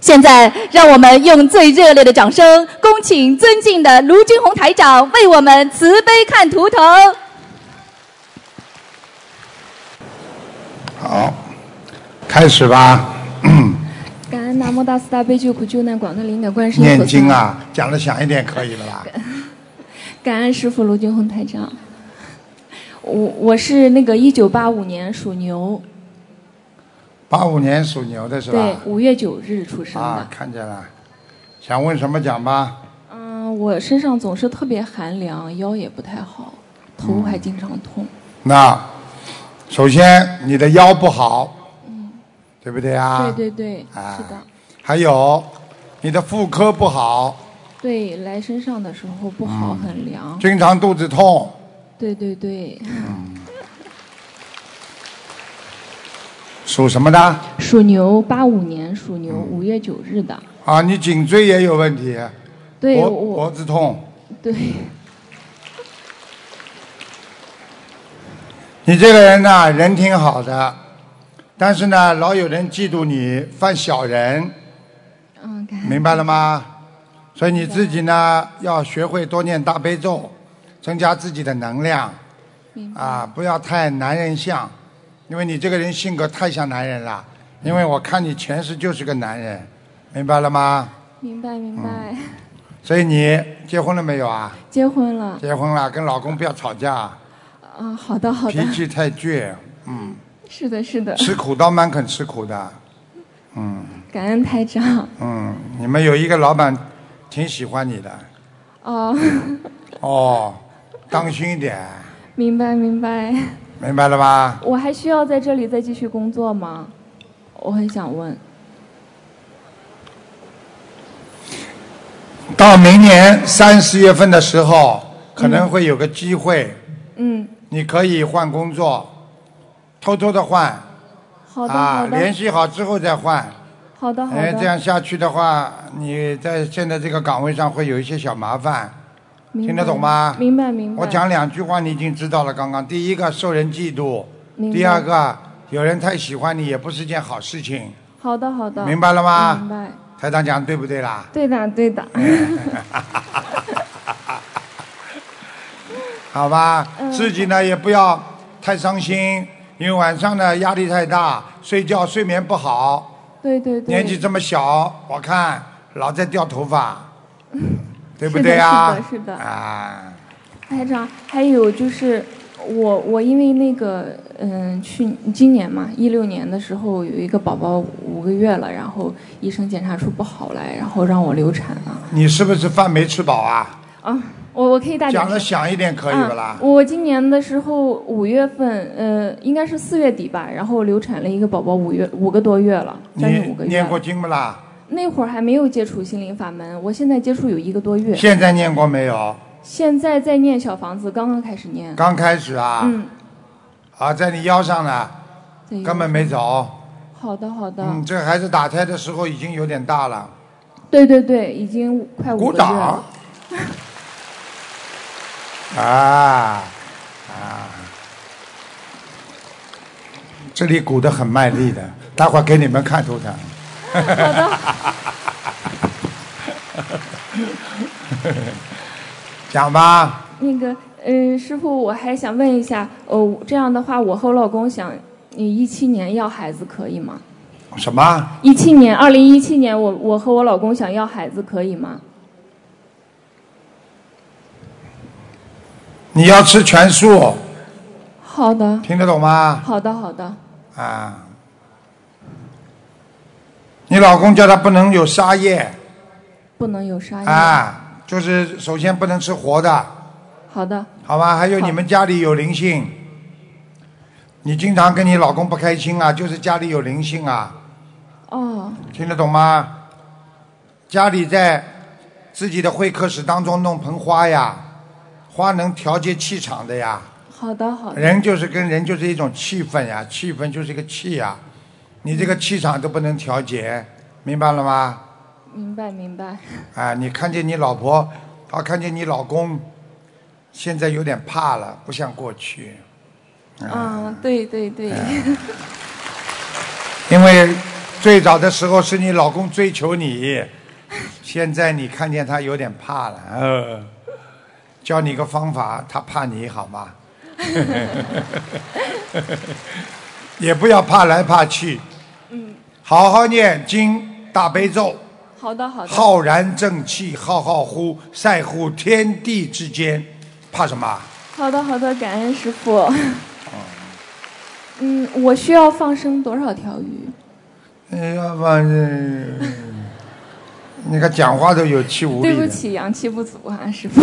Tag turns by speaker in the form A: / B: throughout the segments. A: 现在，让我们用最热烈的掌声，恭请尊敬的卢军红台长为我们慈悲看图腾。
B: 好，开始吧。
C: 感恩南无大慈大悲救苦救难广大灵感观世音菩萨。
B: 念经！啊，讲的响一点可以了吧？
C: 感恩师傅卢军红台长。我我是那个一九八五年属牛，
B: 八五年属牛的是吧？
C: 对，五月九日出生的。
B: 啊，看见了。想问什么讲吧？
C: 嗯，我身上总是特别寒凉，腰也不太好，头还经常痛。
B: 嗯那首先你的腰不好，对不对啊？
C: 嗯对对对，
B: 啊
C: 是的，
B: 还有你的妇科不好，
C: 对，来身上的时候不
B: 嗯
C: 好，很凉。
B: 经常肚子痛，
C: 对对对，
B: 属什么的？
C: 属牛，八五年属牛，
B: 嗯
C: 五月九日的。
B: 啊，你颈椎也有问题，
C: 对
B: 脖
C: 我，
B: 脖子痛。
C: 对
B: 你这个人呢、人挺好的，但是呢，老有人嫉妒你犯小人，
C: 嗯，感恩
B: 明白了吗？所以你自己呢，要学会多念大悲咒，增加自己的能量
D: 嗯
C: 明，
B: 啊，不要太男人像，因为你这个人性格太像男人了。因为我看你前世就是个男人，明白了吗？
C: 明白明白。
B: 嗯所以你结婚了没有啊？
C: 结婚了
B: 结婚了，跟老公不要吵架，
C: 啊，好的好的
B: 脾，气太倔，嗯，
C: 是的是的，
B: 吃苦倒蛮肯吃苦的。
C: 感恩台长。
B: 嗯，你们有一个老板挺喜欢你的
C: 哦，
B: 哦，当心一点，
C: 明白明白。
B: 明白了吧？
C: 我还需要在这里再继续工作吗？我很想问。
B: 到明年三四月份的时候，可能会有个机会，
C: 嗯，
B: 你可以换工作，偷偷的换
C: 好的
B: 啊
C: 好，的
B: 联系好之后再换。
C: 好的好
B: 哎，这
C: 的，
B: 样下去的话，你在现在这个岗位上会有一些小麻烦。
C: 明白
B: 听得懂吗
C: 明白明白。
B: 我讲两句话，你已经知道了。刚刚第一个受人嫉妒，
C: 明白
B: 第二个有人太喜欢你也不是件好事情，
C: 好的好的，
B: 明白了吗？哎
C: 明白。
B: 台长讲对不对啦？
C: 对的对的，
B: 好吧，
C: 嗯
B: 自己呢也不要太伤心，因为晚上呢压力太大，睡觉睡眠不好，
C: 对对对。
B: 年纪这么小，我看老在掉头发， 对不
C: 是的
B: 对啊？
C: 是的是的
B: 啊，
C: 台长，还有就是我我因为那个嗯，去今年嘛，一六年的时候有一个宝宝五个月了，然后医生检查出不好来，然后让我流产啊了。
B: 你是不是饭没吃饱啊？
C: 啊，我我可以大点
B: 讲
C: 声
B: 的响一点可以不啦
C: 啊？我今年的时候五月份，呃，应该是四月底吧，然后流产了一个宝宝，五月五个多月了，将近五
B: 你
C: 个月
B: 念过
C: 了。
B: 经不啦？
C: 那会儿还没有接触心灵法门，我现在接触有一个多月，
B: 现在念过没有？
C: 现在在念小房子，刚刚开始念。
B: 刚开始啊，
C: 嗯，
B: 啊，在你腰上呢，
C: 对
B: 根本没走。
C: 好的好的，
B: 嗯，这孩子打胎的时候已经有点大了。
C: 对对对，已经快五
B: 鼓
C: 个月
B: 掌
C: 了。。
B: 啊啊！这里鼓得很卖力的，待会儿给你们看图腾。 讲吧，
C: 那个，嗯，师傅，我还想问一下，哦，这样的话，我和我老公想，你一七年要孩子可以吗？
B: 什么？
C: 一七年，二零一七年，我我和我老公想要孩子，可以吗？
B: 你要吃全素，
C: 好的，
B: 听得懂吗？
C: 好的，好的，
B: 啊！你老公叫他不能有沙叶
C: 不能有杀意。
B: 啊，就是首先不能吃活的，
C: 好的，
B: 好吧，还有
C: 好
B: 你们家里有灵性，你经常跟你老公不开心啊，就是家里有灵性啊，
C: 哦，
B: 听得懂吗？家里在自己的会客室当中弄盆花呀，花能调节气场的呀。
C: 好的，好的，
B: 人就是跟人就是一种气氛呀，气氛就是一个气呀，你这个气场都不能调节，明白了吗？
C: 明白，明白，
B: 啊，你看见你老婆，啊，看见你老公，现在有点怕了，不像过去。
C: 啊
B: 哎
C: 啊，对对对，
B: 因为最早的时候是你老公追求你，现在你看见他有点怕了。
C: 嗯
B: 呃，教你个方法，他怕你好吗？ 也不要怕来怕去，
C: 嗯，
B: 好好念经大悲咒，
C: 好的好的。
B: 浩然正气，浩浩乎赛乎天地之间，怕什么啊？
C: 好的好的，感恩师傅。嗯，我需要放生多少条鱼？
B: 哎呀妈呀！ 你看讲话都有气无
C: 对
B: 力
C: 不
B: 的。
C: 起，阳气不足啊，师傅。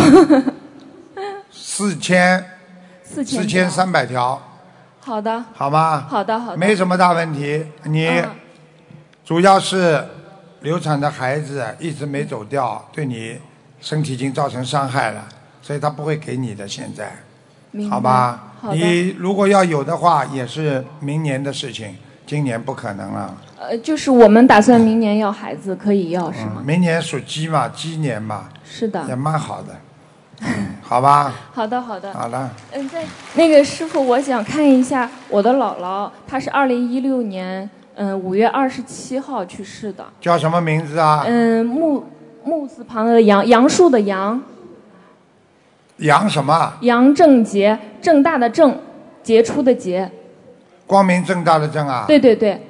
B: 四千
C: 四千。
B: 四千。三百条，
C: 好的，
B: 好吗？
C: 好的，好的。
B: 没什么大问题。你
C: 嗯
B: 主要是流产的孩子一直没走掉，对你身体已经造成伤害了，所以他不会给你的。现在，
C: 明白
B: 好吧？
C: 好的。
B: 你如果要有的话，也是明年的事情，今年不可能了。
C: 呃，就是我们打算明年要孩子，可以要是
B: 嗯，
C: 吗？
B: 明年属鸡嘛，鸡年嘛，
C: 是
B: 也
C: 的。
B: 蛮好 的。嗯，好吧，
C: 好的，好的。
B: 好了。
C: 嗯，在那个师傅，我想看一下我的姥姥，她是二零一六年嗯五月二十七号去世的。
B: 叫什么名字啊？
C: 嗯，木木字旁的杨，杨树的杨，
B: 杨什么？
C: 杨正杰，正大的正，杰出的杰。
B: 光明正大的正啊？
C: 对对对，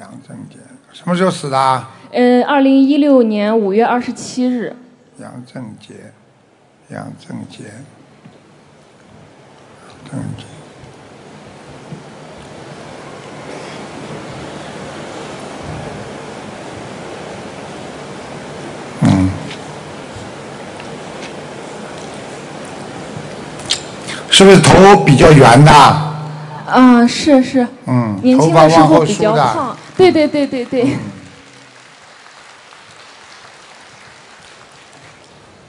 B: 杨正杰，什么时候死的啊？
C: 嗯，二零一六年五月二十七日。
B: 杨正杰，杨正杰，正杰。嗯，是不是头比较圆的？
C: 啊，是是，
B: 嗯，
C: 年
B: 头
C: 轻
B: 发
C: 的时
B: 往
C: 候
B: 后
C: 比
B: 梳嗯
C: 较
B: 的。
C: 胖。对对对对对，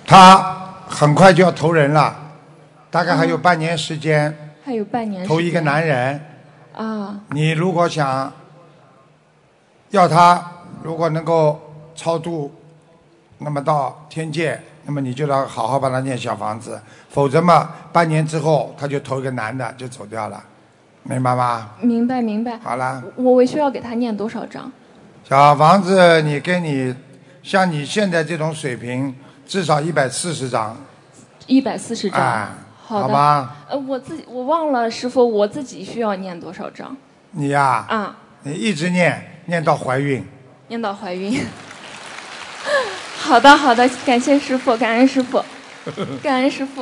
B: 他很快就要投人了，大概还有半年时间
C: 还有半年时间。
B: 投一个男人。
C: 啊，
B: 你如果想要他，如果能够超度，那么到天界，那么你就要好好帮他念小房子，否则嘛，半年之后他就投一个男的就走掉了，明白吗？
C: 明白明白。
B: 好啦，
C: 我我需要给他念多少章？
B: 小房子你跟你像你现在这种水平，至少一百四十张，
C: 一百四十章。
B: 啊，
C: 好的
B: 吧？
C: 呃，我自己我忘了，师傅，我自己需要念多少章
B: 你呀、
C: 啊？
B: 你一直念念到怀孕，
C: 念到怀孕。 好的，好的，感谢师傅，感恩 师傅，感恩师傅。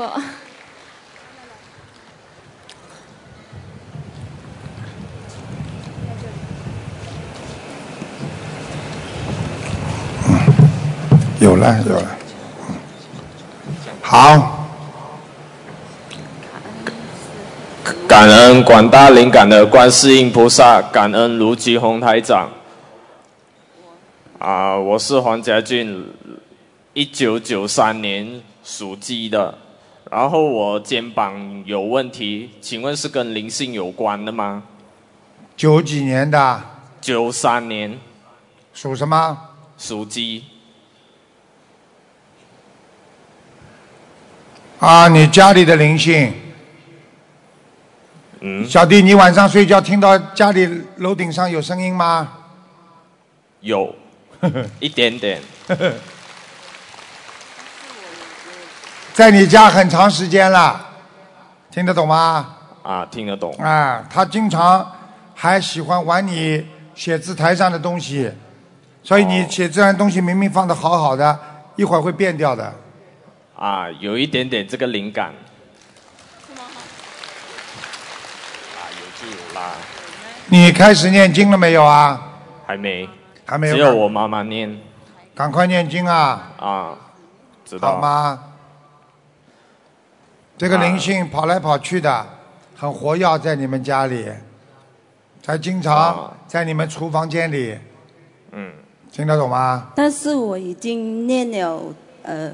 B: 有了有了，嗯好。
E: 感恩广大灵感的观世音菩萨，感恩卢吉红台长。啊、我是黄家俊，一九九三年属鸡的，然后我肩膀有问题，请问是跟灵性有关的吗？
B: 九几年的，
E: 九三年
B: 属什么？
E: 属鸡，
B: 啊，你家里的灵性。
E: 嗯，
B: 小弟，你晚上睡觉听到家里楼顶上有声音吗？
E: 有一点点，
B: 在你家很长时间了，听得懂吗？
E: 啊，听得懂，
B: 啊，他经常还喜欢玩你写字台上的东西，所以你
E: 哦
B: 写字上的东西明明放的好好的，一会儿会变掉的。
E: 啊，有一点点这个灵感。啊，有就有啦，
B: 你开始念经了没有啊？
E: 还没，
B: 还没有。
E: 只有我妈妈念
B: 赶快念经啊，
E: 啊，知
B: 好
E: 道？
B: 吗？这个灵性跑来跑去的，很活跃，在你们家里，还经常
E: 啊
B: 在你们厨房间里，
E: 嗯，
B: 听得懂吗？
F: 但是我已经念了呃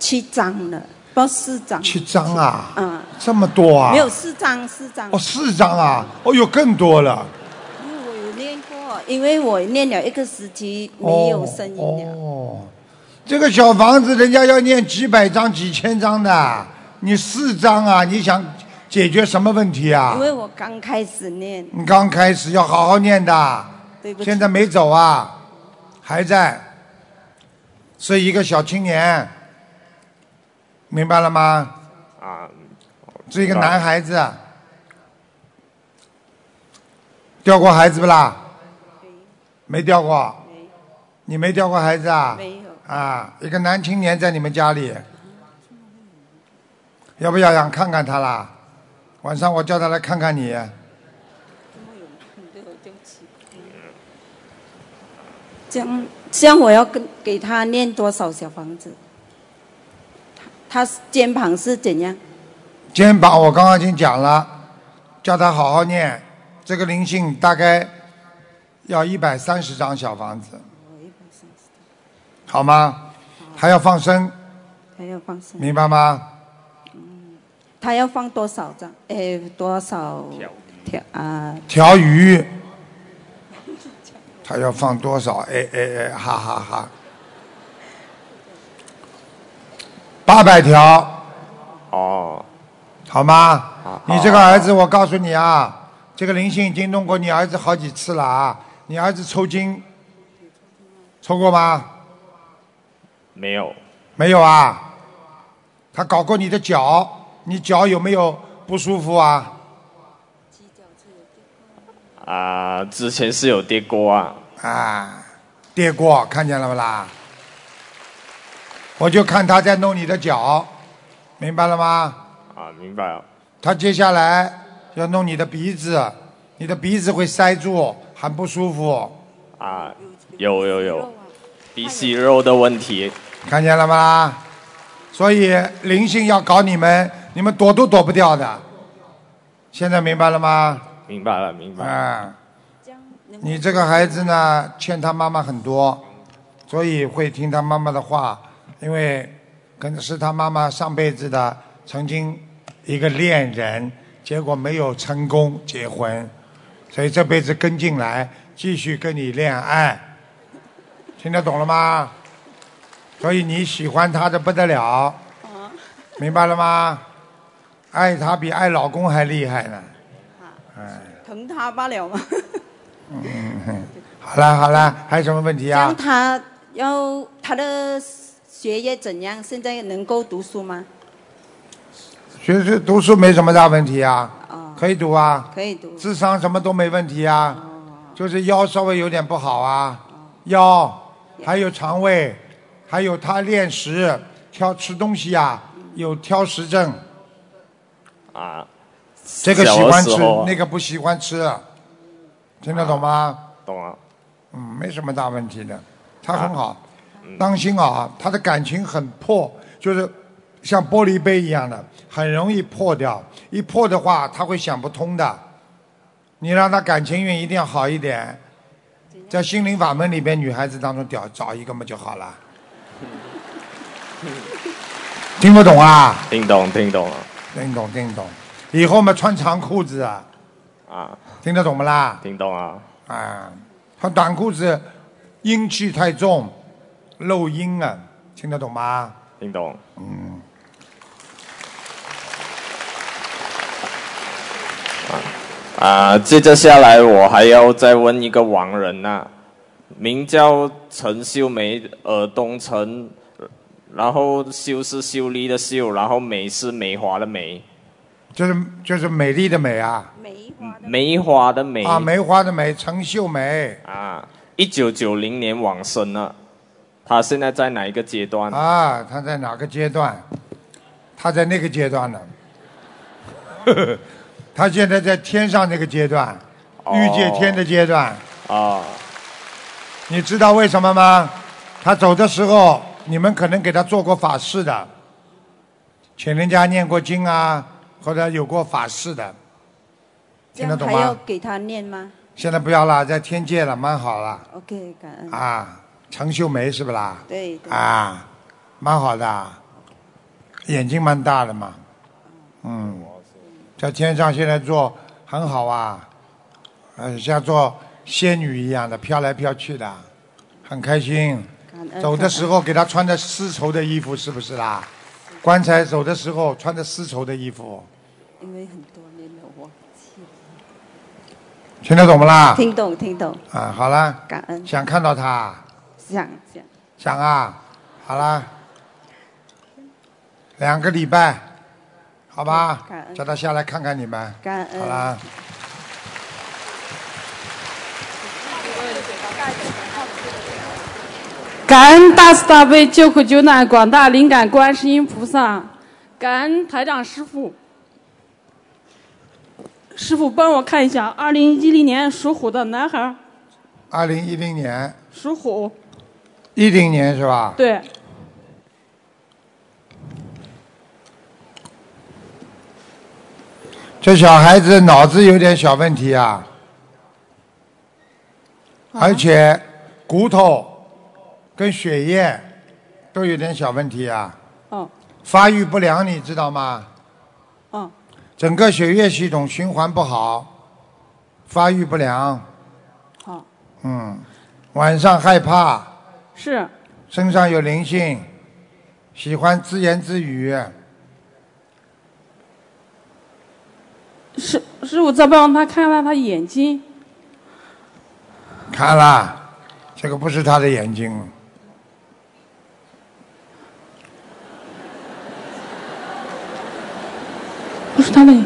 F: 七章了，不四章，
B: 七张啊，
F: 嗯，
B: 这么多啊
F: 没？有四章，四章
B: 哦，，四张啊，哦哟，更多了，
F: 因为我有念过，因为我念了一个时期
B: 哦
F: 没有声音了，
B: 哦，这个小房子人家要念几百张、几千张的，你四张啊，你想解决什么问题啊
F: 因？为我刚开始念，
B: 你刚开始要好好念的，
F: 对不起
B: 现在没走啊，还在，是一个小青年，明白了吗？
E: 啊，
B: 是一个
E: 明白
B: 男孩子，掉过孩子不啦？没掉过，你没掉过孩子啊？
F: 没有，
B: 啊，一个男青年在你们家里，要不要想看看他啦？晚上我叫他来看看你。
F: 这样这样我要跟给他念多少小房子？他他肩膀是怎样？
B: 肩膀我刚刚已经讲了，叫他好好念。这个灵性大概要一百三十张小房子，好吗？还要放生，
F: 还要放生？
B: 明白吗？
F: 他要放多少张？哎，多少条啊？
B: 条鱼，他要放多少？哎哎哎，哈哈哈！八百条，
E: 哦，
B: 好吗？你这个儿子，我告诉你啊，这个灵性已经弄过你儿子好几次了啊。你儿子抽筋，抽过吗？
E: 没有，
B: 没有啊？他搞过你的脚，你脚有没有不舒服啊？
E: 啊，之前是有跌过啊，
B: 啊，跌过，看见了不啦？我就看他在弄你的脚，明白了吗？
E: 啊，明白了，
B: 他接下来要弄你的鼻子，你的鼻子会塞住，很不舒服，
E: 啊，有有有，鼻息肉的问题，
B: 看见了吗？所以灵性要搞你们，你们躲都躲不掉的。现在明白了吗？
E: 明白了明白了，
B: 啊，你这个孩子呢，欠他妈妈很多，所以会听他妈妈的话，因为可能是他妈妈上辈子的曾经一个恋人，结果没有成功结婚，所以这辈子跟进来继续跟你恋爱，听得懂了吗？所以你喜欢他的不得了，
F: 啊
B: 明白了吗？爱他比爱老公还厉害呢。
F: 疼他罢了嘛。
B: 嗯好了好了，还有什么问题啊
F: 像？他要他的学业怎样？现在能够读书吗？
B: 学习读书没什么大问题啊，
F: 啊、
B: 可以读啊，
F: 可以读。哦
B: 智商什么都没问题啊，就是腰稍微有点不好啊，腰还有肠胃，还有他恋食挑吃东西啊，
F: 嗯
B: 有挑食症，
E: 啊，
B: 这个喜欢
E: 小
B: 吃
E: 的时候啊，
B: 那个不喜欢吃，听得懂吗？
E: 啊懂了，
B: 嗯，没什么大问题的，他很好，
G: 嗯
B: 当心啊，他的感情很破，就是像玻璃杯一样的，很容易破掉。一破的话，他会想不通的。你让他感情运一定要好一点，在心灵法门里边，女孩子当中找找一个嘛就好了。听不懂啊？
E: 听懂听懂了，
B: 听懂听懂。以后嘛穿长裤子啊，
E: 啊，
B: 听得懂不啦？
E: 听懂啊，
B: 啊，他短裤子阴气太重，漏阴啊，听得懂吗？
E: 听懂，嗯，啊，接着下来我还要再问一个亡人呐、名叫陈秀梅，尔东陈，然后秀是秀丽的秀，然后梅是梅花的梅，
B: 就是就是美丽的美啊，
F: 梅花的
E: 梅花的梅
B: 啊梅花的梅，陈秀梅
E: 啊，一九九零年往生了，他现在在哪一个阶段？
B: 啊，她在哪个阶段？她在那个阶段 呢？她现在在天上那个阶段，
E: 哦
B: 欲界天的阶段。
E: 啊
B: 你知道为什么吗？他走的时候，你们可能给他做过法事的，请人家念过经啊，或者有过法事的，
F: 这
B: 听得
F: 样
B: 懂
F: 还要
B: 吗？
F: 给他念吗
B: 现在不要了，在天界了，蛮好了
F: ？OK，感恩。
B: 啊。程秀梅是不啦？
F: 对对。
B: 啊，蛮好的，眼睛蛮大的嘛，嗯，在天上现在做很好啊，呃，像做仙女一样的飘来飘去的，很开心。
F: 感恩
B: 走的时候给他穿的丝绸的衣服是不是啦？棺材走的时候穿的丝绸的衣服，
F: 因为很多年了，我忘记了。
B: 听得懂不啦？
F: 听懂听懂，
B: 啊，好啦，
F: 感恩
B: 想看到他，
F: 想想
B: 想啊，好啦，两个礼拜，好吧
F: 嗯感，恩
B: 叫他下来看看你们，
F: 感恩
B: 好啦。
H: 感恩大慈大悲救苦救难广大灵感观世音菩萨，感恩台长师傅。师傅帮我看一下，二零一零年属虎的男孩，
B: 二零一零年，
H: 属虎，
B: 一零年是吧？
H: 对，
B: 这小孩子脑子有点小问题啊，
H: 啊
B: 而且骨头跟血液都有点小问题啊，
H: 哦
B: 发育不良，你知道吗？
H: 哦
B: 整个血液系统循环不好，发育不良，
H: 好，
B: 嗯，晚上害怕，
H: 是
B: 身上有灵性，喜欢自言自语，
H: 师师傅再帮他看看他眼睛，
B: 看啦，这个不是他的眼睛，
H: 不是他的眼，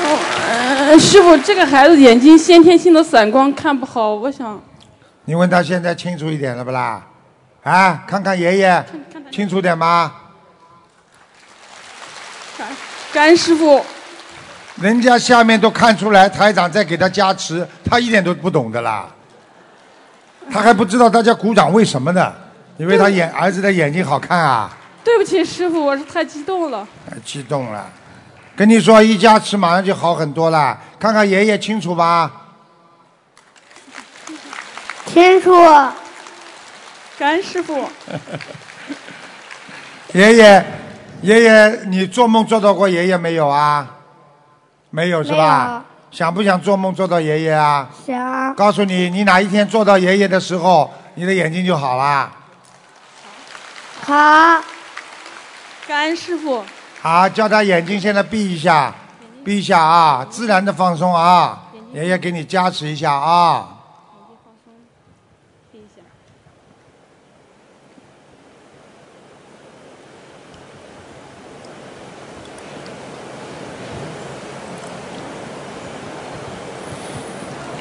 H: 嗯呃师傅，这个孩子眼睛先天性的散光看不好，我想
B: 你问他现在清楚一点了不啦？啊，看看爷爷，清楚点吗？
H: 感感恩师傅。
B: 人家下面都看出来台长在给他加持，他一点都不懂的啦。他还不知道大家鼓掌为什么呢？因为他
H: 嗯
B: 眼儿子的眼睛好看啊，
H: 对不起，师傅，我是太激动了。
B: 哎激动了。跟你说，一加持马上就好很多啦。看看爷爷清楚吧？
I: 清楚，
H: 感恩师傅，
B: 爷爷，爷爷，你做梦做到过爷爷没有啊？没有是吧？想不想做梦做到爷爷啊？
I: 想
B: 告诉你，你哪一天做到爷爷的时候，你的眼睛就好啦。
I: 好，
H: 感恩师傅，
B: 好，叫他眼睛现在闭一下，闭一下啊，自然的放松啊。爷爷给你加持一下啊。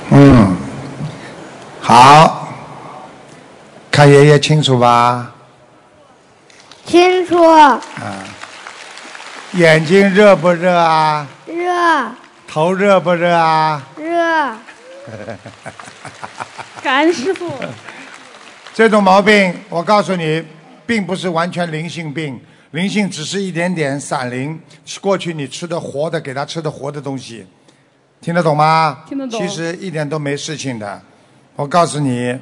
B: 嗯，好，看爷爷清楚吧。啊
I: 清楚，
B: 眼睛热不热啊？
I: 热
B: 头热不热啊？
I: 热
H: 感恩师傅，
B: 这种毛病，我告诉你，并不是完全灵性病，灵性只是一点点散灵。过去你吃的活的，给他吃的活的东西，听得懂吗？
H: 听得懂
B: 其实一点都没事情的，我告诉你，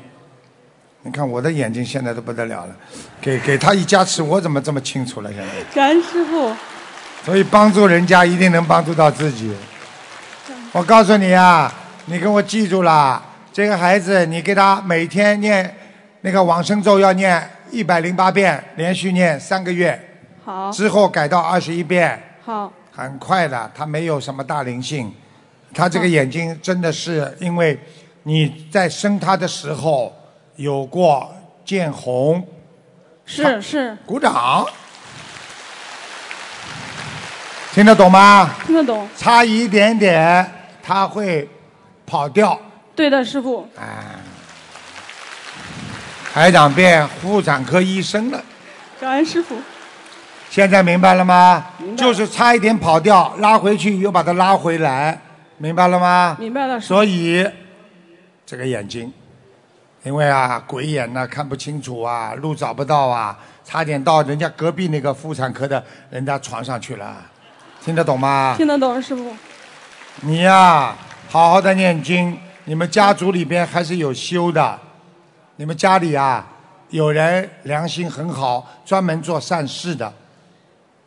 B: 你看我的眼睛现在都不得了了，给给他一加持，我怎么这么清楚了？现在，
H: 感恩师傅，
B: 所以帮助人家一定能帮助到自己。我告诉你啊，你给我记住了，这个孩子，你给他每天念那个往生咒要念一百零八遍，连续念三个月，
G: 哦
H: 好，
B: 之后改到二十一遍，
H: 好，
B: 很快的，他没有什么大灵性，他这个眼睛真的是因为你在生他的时候有过见红，
H: 是是，
B: 鼓掌，听得懂吗？
H: 听得懂。
B: 差一点点，他会跑掉。
H: 对的，师傅，
B: 台长变妇产科医生了，
H: 感恩师傅，
B: 现在明白了吗？就是差一点跑掉，拉回去又把他拉回来，明白了吗？
H: 明白了，师
B: 所以这个眼睛，因为啊鬼眼呐、看不清楚啊，路找不到啊，差点到人家隔壁那个妇产科的人家床上去了，听得懂吗？
H: 听得懂，师傅，
B: 你呀、好好的念经。你们家族里边还是有修的，你们家里啊有人良心很好，专门做善事的，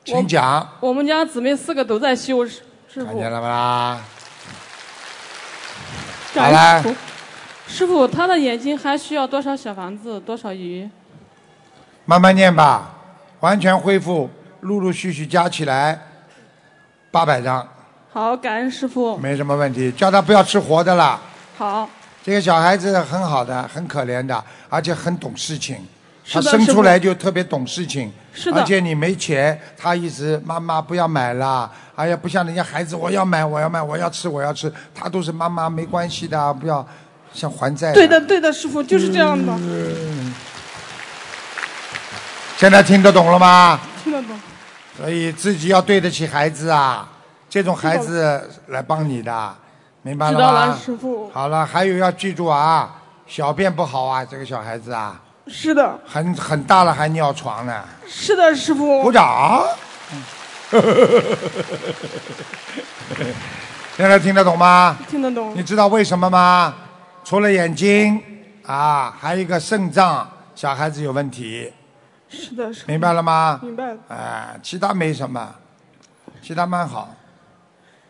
B: 请讲，
H: 我们家姊妹四个都在修，师师
B: 看
H: 傅，
B: 见了吧？
H: 感
B: 好嘞
H: 恩师傅。师傅，他的眼睛还需要多少小房子，多少鱼？
B: 慢慢念吧，完全恢复，陆陆续续加起来，八百张，
H: 好，感恩师傅。
B: 没什么问题。叫他不要吃活的啦。
H: 好，
B: 这个小孩子很好的，很可怜的，而且很懂事情。
H: 是
B: 他
H: 的
B: 生
H: 师
B: 出
H: 傅
B: 来就特别懂事情，
H: 是的
B: 而且你没钱，他一直妈妈不要买啦，哎呀，不像人家孩子，我要买，我要买，我要吃，我要吃，他都是妈妈没关系的，不要像还债。
H: 对的，，对的，师傅就是这样的，
B: 现在听得懂了吗？
H: 听得懂。
B: 所以自己要对得起孩子啊，这种孩子来帮你的，明白
H: 知
B: 了
H: 道
B: 吗？
H: 了，师 傅。
B: 好了，还有要记住啊，小便不好啊，这个小孩子啊，
H: 是的，
B: 很很大了还尿床呢。
H: 是的，师
B: 鼓
H: 傅。
B: 掌。现在听得懂吗？
H: 听得懂
B: 你。知道为什么吗？除了眼睛啊，还有一个肾脏，小孩子有问题，
H: 是的，师傅。
B: 明白了吗？
H: 明白了。
B: 啊，其他没什么，其他蛮好。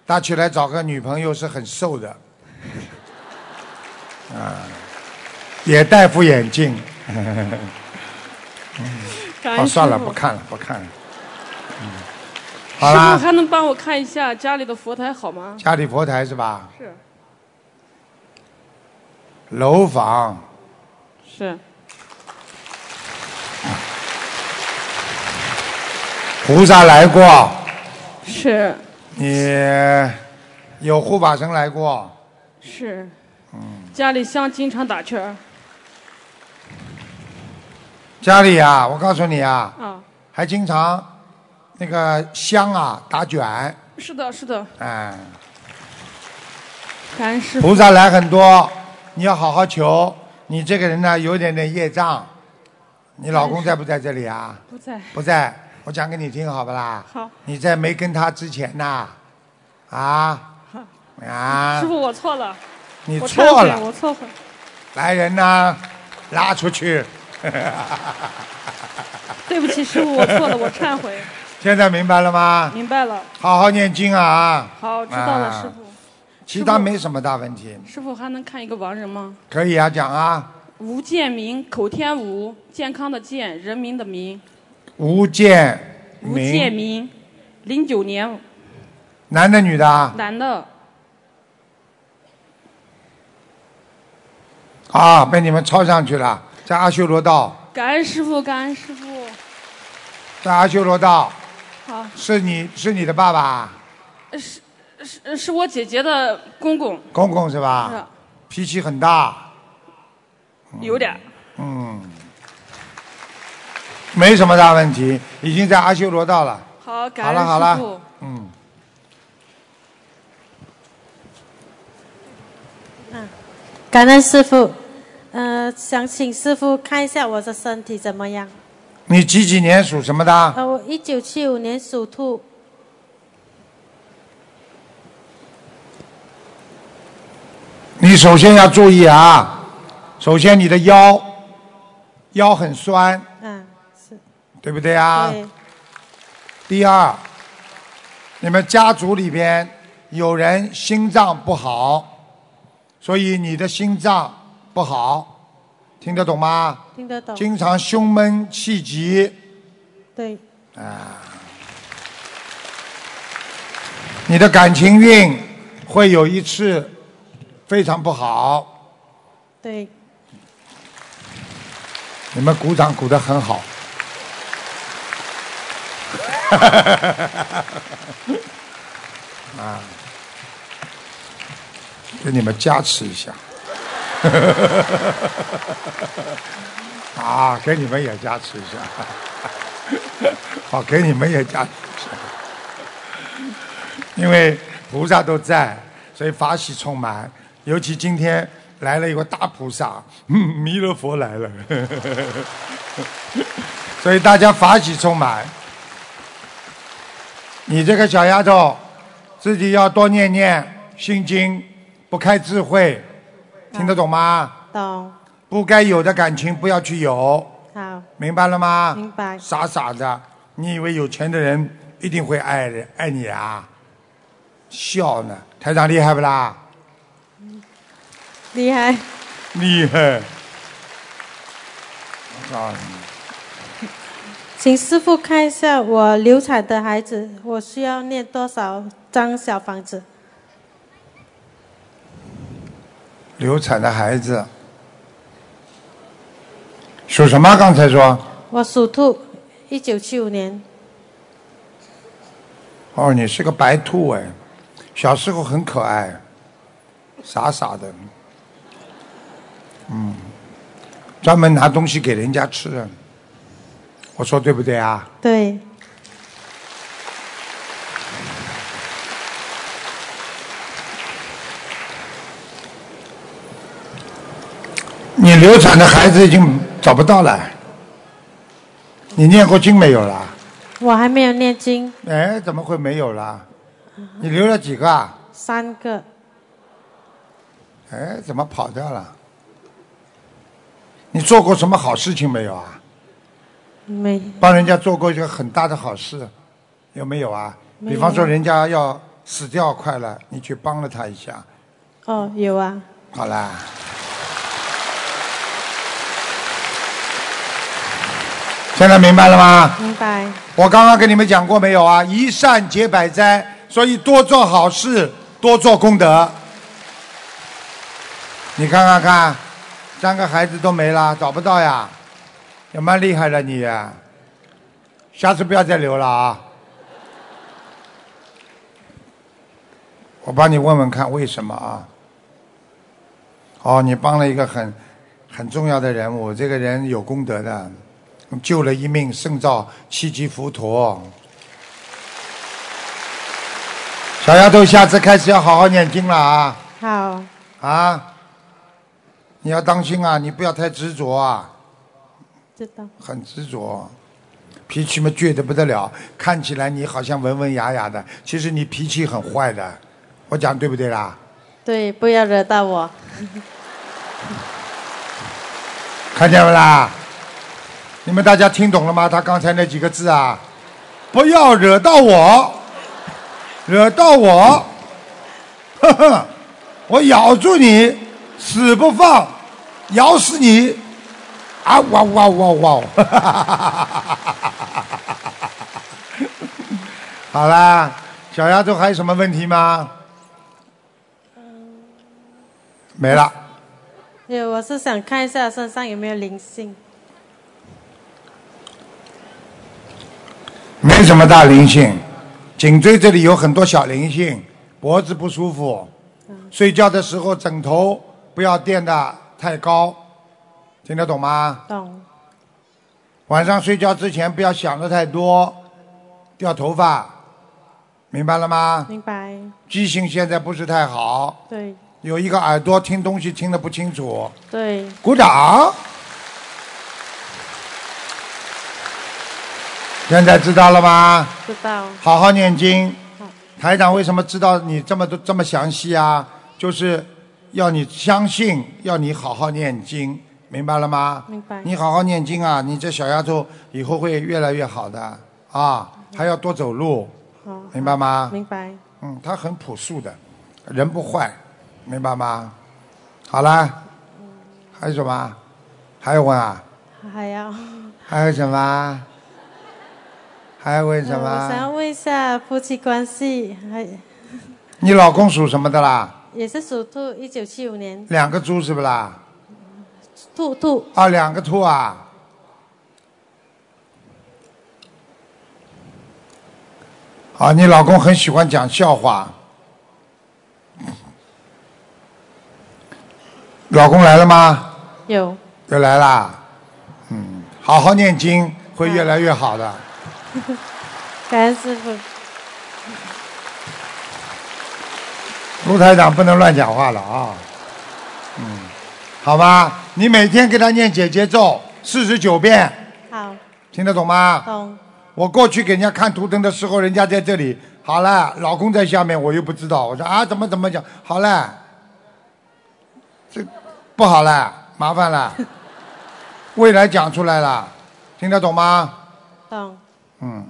B: 大起来找个女朋友是很瘦的，啊， 啊也戴副眼镜。
H: 感
B: 哦，
H: 恩
B: 算
H: 师
B: 了，
H: 傅
B: 不看了，不看了。嗯，好
H: 师
B: 啦
H: 傅，还能帮我看一下家里的佛台好吗？
B: 家里佛台是吧？
H: 是
B: 楼房，
H: 是，
B: 菩萨来过，
H: 是
B: 你有护法神来过，
H: 是，
B: 嗯
H: 家里香经常打圈儿
B: 家里啊，我告诉你啊，
H: 啊。
B: 还经常那个香啊打卷，
H: 是的，是的，
B: 哎、
H: 感恩师傅。
B: 菩萨来很多，你要好好求。你这个人呢，有点点业障。你老公在不在这里啊？
H: 不在，
B: 不在，我讲给你听好不啦？
H: 好。
B: 你在没跟他之前呐、啊，啊
H: 师，傅我错了，
B: 你
H: 我忏
B: 错
H: 悔，
B: 了，
H: 我错悔。
B: 来人呐、拉出去。
H: 对不起，师傅，我错了，我忏 悔。
B: 现在明白了吗？
H: 明白了，
B: 好好念经啊，
H: 好，知道了，
B: 啊
H: 师傅。
B: 其他没什么大问题，
H: 师傅还能看一个亡人吗？
B: 可以啊，讲啊。
H: 吴建民，口天吴，健康的健，人民的民，
B: 吴建
H: 吴建
B: 明，
H: 民，零九年
B: 男的女的啊？
H: 男的，
B: 啊，被你们抄上去了，在阿修罗道，
H: 感恩师傅，感恩师傅。
B: 在阿修罗道，
H: 好，
B: 是你是你的爸爸
H: 是是是我姐姐的公公，
B: 公公是吧？
H: 是
B: 脾气很大，嗯
H: 有点儿。
B: 没什么大问题，已经在阿修罗道了。
H: 好，感
B: 好了好
H: 恩师
B: 了
H: 傅。，
B: 嗯，
J: 感恩师傅，呃，想请师傅看一下我的身体怎么样。
B: 你几几年属什么的？
J: 呃，我一九七五年属兔，
B: 你首先要注意啊，首先你的腰，腰很酸，
J: 嗯、是，
B: 对不对啊？
J: 对，
B: 第二，你们家族里边有人心脏不好，所以你的心脏不好，听得懂吗？
J: 听得懂，
B: 经常胸闷气急，啊
J: 对，
B: 你的感情运会有一次非常不好。
J: 对，
B: 你们鼓掌鼓得很好。 啊，给你们加持一下。啊， 给你们也加持一下。 好，给你们也加持一下。因为菩萨都在，所以法喜充满。尤其今天来了一个大菩萨，嗯，弥勒佛来了， 所以大家法喜充满。你这个小丫头，自己要多念念心经，不开智慧，听得懂吗？
J: 懂，
B: 不该有的感情不要去有，
J: 好，
B: 明白了吗？
J: 明白
B: 傻傻的，你以为有钱的人一定会爱人爱你啊？笑呢，台长厉害不啦？
J: 厉害，
B: 厉害！我告诉你，
J: 请师傅看一下我流产的孩子，我需要念多少张小房子？
B: 流产的孩子属什么？刚才说
J: 我属兔，一九七五年，
B: 哦，你是个白兔哎，小时候很可爱，傻傻的，嗯，专门拿东西给人家吃，我说对不对啊？
J: 对，
B: 你流产的孩子已经找不到了，你念过经没有啦？
J: 我还没有念经，
B: 哎，怎么会没有啦？你留了几个啊？
J: 三个，
B: 哎，怎么跑掉了？你做过什么好事情没有啊？
J: 没
B: 帮人家做过一个很大的好事，有没有啊？
J: 没有
B: 比方说人家要死掉快了，你去帮了他一下，
J: 哦，有啊，
B: 好啦。现在明白了吗？
J: 明白，
B: 我刚刚跟你们讲过没有啊？一善解百灾，所以多做好事，多做功德。你看看看，三个孩子都没了，找不到呀，也蛮厉害的你。啊下次不要再留了啊！我帮你问问看为什么啊？哦，你帮了一个很很重要的人物，这个人有功德的，救了一命，胜造七级浮屠。小丫头，下次开始要好好念经了啊！
J: 好，
B: 啊，你要当心啊，你不要太执着啊，
J: 知道，
B: 很执着，脾气嘛倔得不得了，看起来你好像文文雅雅的，其实你脾气很坏的，我讲对不对啦？
J: 对，不要惹到我，
B: 看见没啦？你们大家听懂了吗？他刚才那几个字啊，不要惹到我，惹到我，呵呵，我咬住你，死不放，咬死你！啊哇哇哇哇！哈哈哈哈哈哈 好啦，小丫头还有什么问题吗？没了。
J: 因为我是想看一下身上有没有灵性，
B: 没什么大灵性，颈椎这里有很多小灵性，脖子不舒服，睡觉的时候枕头不要垫的太高，听得懂吗？
J: 懂，
B: 晚上睡觉之前不要想的太多，掉头发，明白了吗？
J: 明白，
B: 记性现在不是太好，
J: 对，
B: 有一个耳朵听东西听得不清楚，
J: 对，
B: 鼓掌。现在知道了吗？
J: 知道，
B: 好好念经
J: 好。
B: 台长为什么知道你这么多这么详细啊？就是要你相信，要你好好念经，明白了吗？
J: 明白
B: 你好好念经啊，你这小丫头以后会越来越好的啊，还要多走路，
J: 好，
B: 明白吗？
J: 明白，
B: 嗯，她很朴素的，人不坏，明白吗？好啦，还有什么？还有问啊？
J: 还要。
B: 还有什么？还有问什
J: 呃我想要
B: 么？
J: 问一下夫妻关系，还
B: 你老公属什么的啦？
J: 也是属兔，一九七五年，
B: 两个猪是不啦？
J: 兔兔
B: 啊，两个兔啊。啊，你老公很喜欢讲笑话。老公来了吗？
J: 有
B: 又来啦。嗯，好好念经，会越来越好的。
J: 感恩师傅，
B: 卢台长不能乱讲话了啊。嗯，好吧，你每天给他念姐姐咒四十九遍，
J: 好
B: 听得懂吗？
J: 懂
B: 我过去给人家看图腾的时候，人家在这里，好了，老公在下面，我又不知道，我说啊，怎么怎么讲，好了，这不好了，麻烦 了，未来讲出来了，听得懂吗？
J: 懂。
B: 嗯，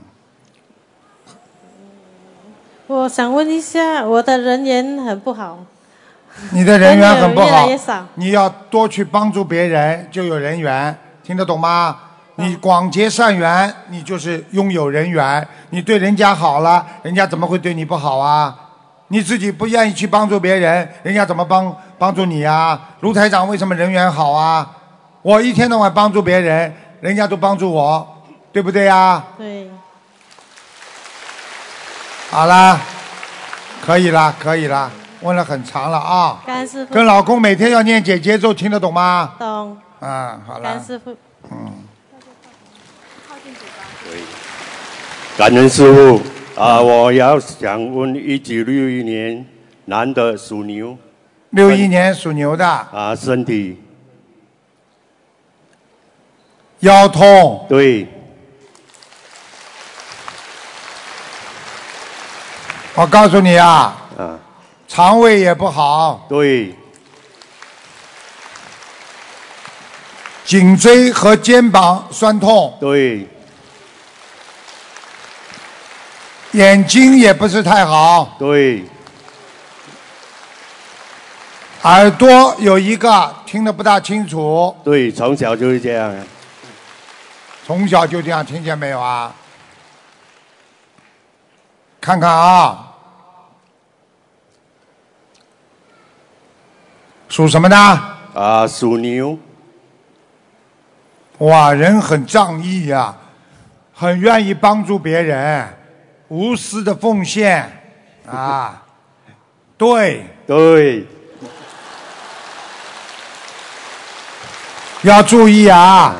J: 我想问一下，我的人缘很不好，
B: 你的人缘很不
J: 人缘越
B: 好
J: 来越少，
B: 你要多去帮助别人，就有人缘，听得懂吗？你广结善缘，你就是拥有人缘。你对人家好了，人家怎么会对你不好啊？你自己不愿意去帮助别人，人家怎么帮帮助你啊？卢台长为什么人缘好啊？我一天到晚帮助别人，人家都帮助我，对不对啊呀、
J: 对，
B: 好啦，可以啦，可以啦，问了很长了啊。
J: 感恩师傅。
B: 跟老公每天要念姐姐咒，听得懂吗？
J: 懂，
B: 啊，好
J: 感
B: 了
J: 恩。师傅。
K: 感恩师傅啊，我要想问，一九六一年男的属牛
B: 六一年属牛的
K: 啊，身体
B: 腰痛，
K: 对
B: 我告诉你啊，
K: 啊，
B: 肠胃也不好，
K: 对
B: 颈椎和肩膀酸痛，
K: 对
B: 眼睛也不是太好，
K: 对
B: 耳朵有一个听得不大清楚，
K: 对，从小就是这样，啊
B: 从小就这样，听见没有啊？看看啊，属什么的？
K: 啊，属牛，
B: 哇，人很仗义呀、很愿意帮助别人，无私的奉献啊。 对，
K: 对
B: 要注意啊，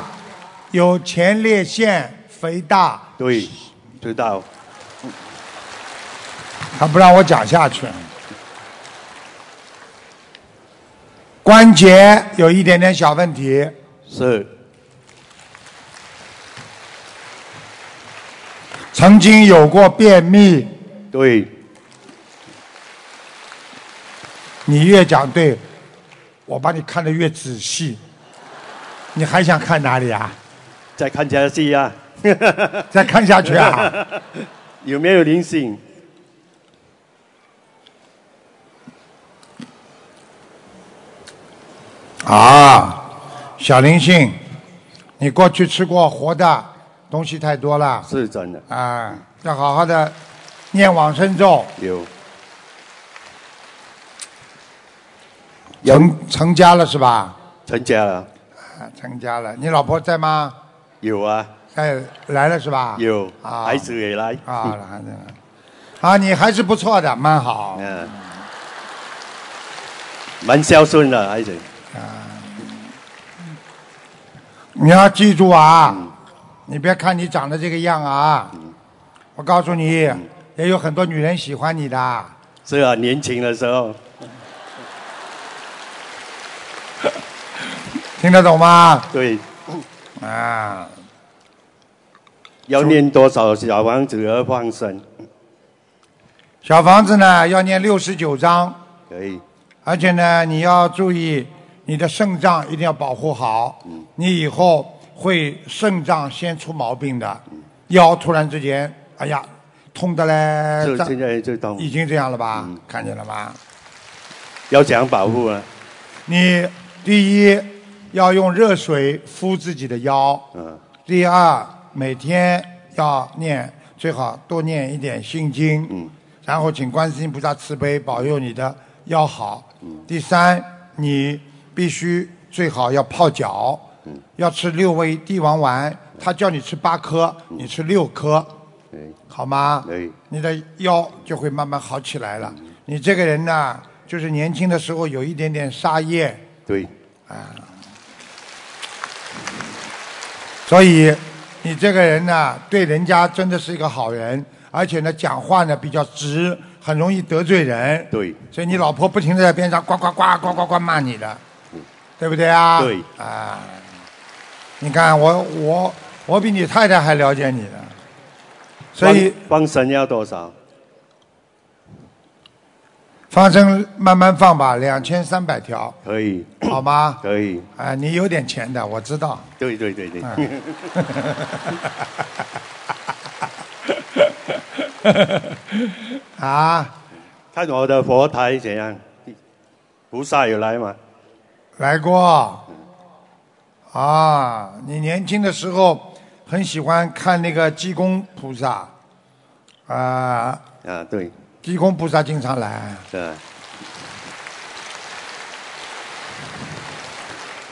B: 有前列腺肥大，
K: 对，知道，
B: 他啊不让我讲下去。关节有一点点小问题，
K: 是
B: 曾经有过便秘，
K: 对
B: 你越讲对，我把你看得越仔细，你还想看哪里啊？
K: 再看下去啊，
B: 再看下去啊？
K: 有没有灵性？
B: 啊，小灵性，你过去吃过活的东西太多了
K: 是真的
B: 啊，要好好的念往生咒。
K: 有，
B: 成成家了是吧？
K: 成家了，
B: 啊，成家了。你老婆在吗？
K: 有啊
B: 哎，来了是吧？
K: 有，
B: 啊
K: 孩子也来
B: 啊，孩子来了。啊，你还是不错的，蛮好。
K: 嗯，蛮孝顺的孩子，
B: 你要记住啊，你别看你长得这个样啊，我告诉你，也有很多女人喜欢你的。
K: 是啊，年轻的时候
B: 听得懂吗？
K: 对，
B: 啊，
K: 要念多少小王子而放生？
B: 小房子呢要念六十九章。
K: 可以，
B: 而且呢，你要注意你的肾脏一定要保护好，你以后会肾脏先出毛病的，腰突然之间，哎呀，痛的嘞
K: 就，
B: 胀
K: 现在就当
B: 哎已经这样了吧？看见了吧？
K: 要讲保护啊，
B: 你第一要用热水敷自己的腰，
K: 嗯，
B: 第二每天要念，最好多念一点心经，
K: 嗯
B: 然后请观世音菩萨慈悲保佑你的腰好。
K: 嗯
B: 第三，你必须最好要泡脚，
K: 嗯
B: 要吃六味地黄丸，他叫你吃八颗，
K: 嗯
B: 你吃六颗，
K: 对
B: 好吗？
K: 对，
B: 你的腰就会慢慢好起来了。
K: 嗯
B: 你这个人呢，就是年轻的时候有一点点沙业，
K: 对，
B: 哎所以你这个人呢，对人家真的是一个好人，而且呢，讲话呢比较直，很容易得罪人。
K: 对，
B: 所以你老婆不停的在边上呱呱呱呱呱呱骂你的，对不对啊？
K: 嗯对
B: 啊，你看我我我比你太太还了解你呢，所以
K: 放放生要多少？
B: 放生慢慢放吧，两千三百条，
K: 可以，
B: 好吗？
K: 可以，
B: 啊，你哎有点钱的，我知道。
K: 对对对对，
B: 啊，
K: 看我的佛台怎样？菩萨有来吗？
B: 来过。啊，你年轻的时候很喜欢看那个济公菩萨，啊、
K: 啊，对，啊
B: 济公菩萨经常来。
K: 是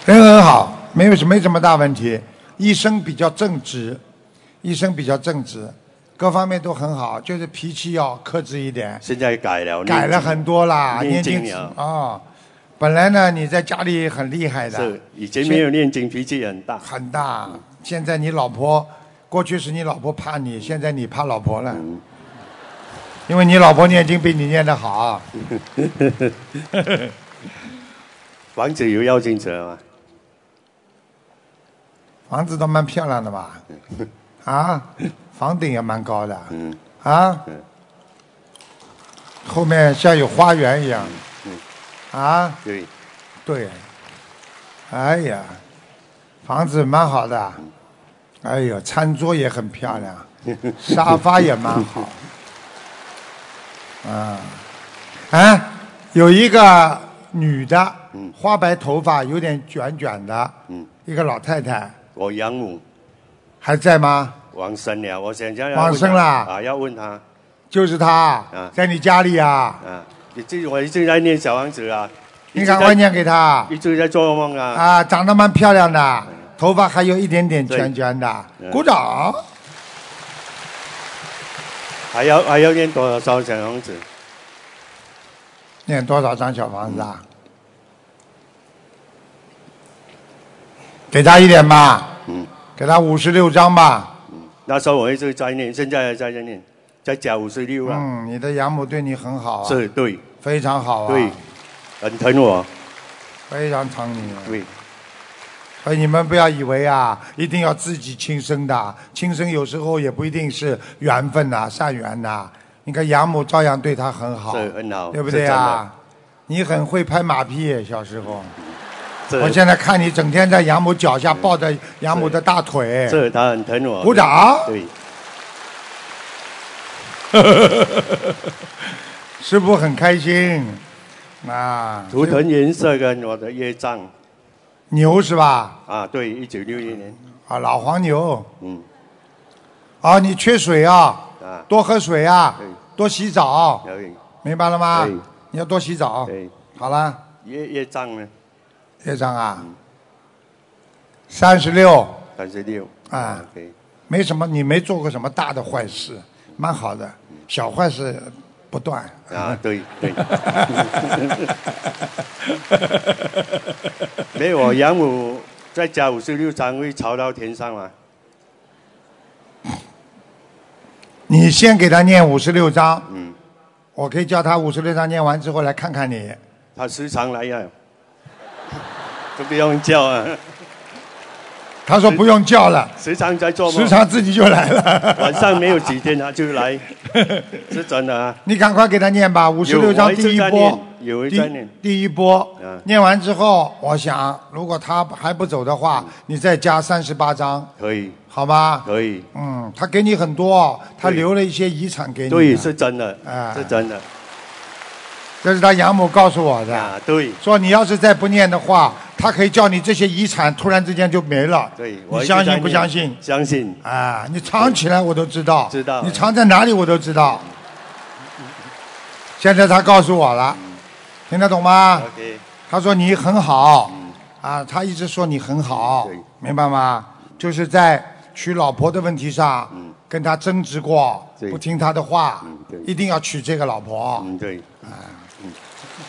B: 人很好，没有没什么大问题。医生比较正直，医生比较正直，各方面都很好，就是脾气要克制一点。
K: 现在改了，
B: 改了很多啦，
K: 哦念
B: 念
K: 经
B: 经
K: 了
B: 啊、本来呢，你在家里很厉害的，
K: 是以前没有念经，脾气很大。
B: 很大。现在你老婆，过去是你老婆怕你，现在你怕老婆了，因为你老婆念经比你念得好。
K: 房子有要精者吗？
B: 房子倒蛮漂亮的吧？啊，房顶也蛮高的。啊，后面像有花园一样。啊，
K: 嗯对，
B: 对。哎呀，房子蛮好的。哎呦，餐桌也很漂亮，沙发也蛮好。啊，啊，有一个女的，花白头发，有点卷卷的，一个老太太，
K: 我养母
B: 还在吗？
K: 王生了，我想要
B: 往生啦
K: 啊，要问他
B: 就是她，在你家里啊，
K: 啊，你这我一直在念小王子啊，
B: 你赶快念给她
K: 一直在做梦啊，
B: 啊，长得蛮漂亮的，头发还有一点点卷卷的
K: 对，
B: 鼓掌。
K: 还要还要念多少小王子？
B: 念多少张小房子啊？给她一点吧，
K: 嗯，
B: 给她五十六张吧。
K: 那时候我一直在念，现在还在念，在加五十六啊，
B: 嗯，你的养母对你很好啊，
K: 是对
B: 非常好啊，
K: 对，很疼我，
B: 非常疼你啊。
K: 对，
B: 所以你们不要以为啊，一定要自己亲生的，啊亲生有时候也不一定是缘分呐、善缘呐、你看养母照样对他很好，
K: 是很好，
B: 对不对啊？你很会拍马屁，小时候。
K: 是真的？
B: 我
K: 是
B: 现在看你整天在养母脚下抱着养母的大腿，
K: 是他很疼我，
B: 哎鼓掌
K: 对，
B: 师傅很开心。啊，
K: 图腾颜色跟我的业障
B: 牛是吧？
K: 啊，对，一九六一年，
B: 啊，老黄牛。
K: 嗯，
B: 啊，你缺水啊，
K: 啊，
B: 多喝水啊
K: 对，
B: 多洗澡，
K: 对
B: 明白了吗
K: 对？
B: 你要多洗澡。
K: 对，
B: 好了。
K: 业业障呢
B: 业障啊，三十六，
K: 三十六
B: 啊
K: ，OK，
B: 没什么，你没做过什么大的坏事，蛮好的，小坏事不断。
K: 啊，对 对， 没有我养母再加五十六张会朝到天上嘛，
B: 你先给他念五十六章，
K: 嗯，
B: 我可以叫他五十六章念完之后来看看你。
K: 她时常来呀， 都不用叫啊，
B: 他说不用叫了，
K: 时常在做梦，
B: 时常自己就来了。
K: 晚上没有几天她 就来，是真的啊，
B: 你赶快给他念吧，五十六章第一波，
K: 有我一直在念有一直在
B: 第
K: 念
B: 第一波
K: 嗯，
B: 念完之后，我想如果他还不走的话，
K: 嗯
B: 你再加三十八章，
K: 可以
B: 好吗？
K: 可以，
B: 嗯，他给你很多，他
K: 对
B: 留了一些遗产给你。
K: 对，是，真的
B: 啊，
K: 是真的
B: 这是他养母告诉我的，
K: 啊，对。
B: 说你要是再不念的话，他可以叫你这些遗产突然之间就没了。
K: 对，我
B: 你
K: 一直
B: 相
K: 在
B: 信不
K: 念
B: 相信？
K: 相信。
B: 啊，你藏起来我都知道，
K: 知道
B: 你藏在哪里我都知道。现在他告诉我了，听得懂吗？
K: OK，嗯
B: 他说你很好，啊，他一直说你很好
K: 对，
B: 明白吗？就是在娶老婆的问题上，跟他争执过，
K: 嗯对
B: 不听他的话
K: 嗯对，
B: 一定要娶这个老婆，
K: 嗯，对，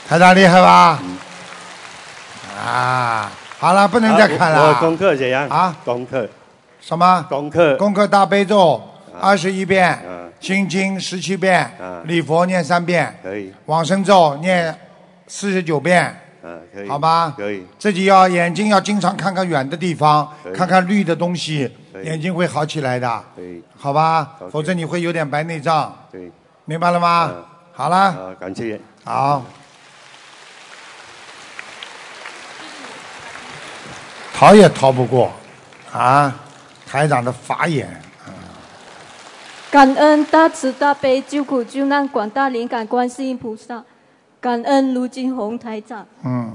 B: 台长厉害吧？
K: 嗯
B: 啊，好了，不能再看
K: 啊我我功
B: 了。
K: 课怎样？
B: 啊，
K: 功课，
B: 什么？
K: 功课，啊
B: 功课大悲咒二十一遍
K: 嗯，
B: 心经十七遍
K: 嗯，
B: 礼佛念三遍，
K: 可以，
B: 往生咒念四十九遍。
K: 啊，可以，
B: 好吧
K: 可以，
B: 自己要眼睛要经常看看远的地方
K: 可，以
B: 看看绿的东西
K: 可，以
B: 眼睛会好起来的，
K: 可以，
B: 好吧？
K: OK
B: 否则你会有点白内障，
K: 对，
B: 明白了吗
K: 嗯？
B: 好了，
K: 啊，感谢。
B: 好。逃也逃不过，啊！台长的法眼，
L: 感恩大慈大悲救苦救难广大灵感观世音菩萨，感恩卢金红台长，
B: 嗯，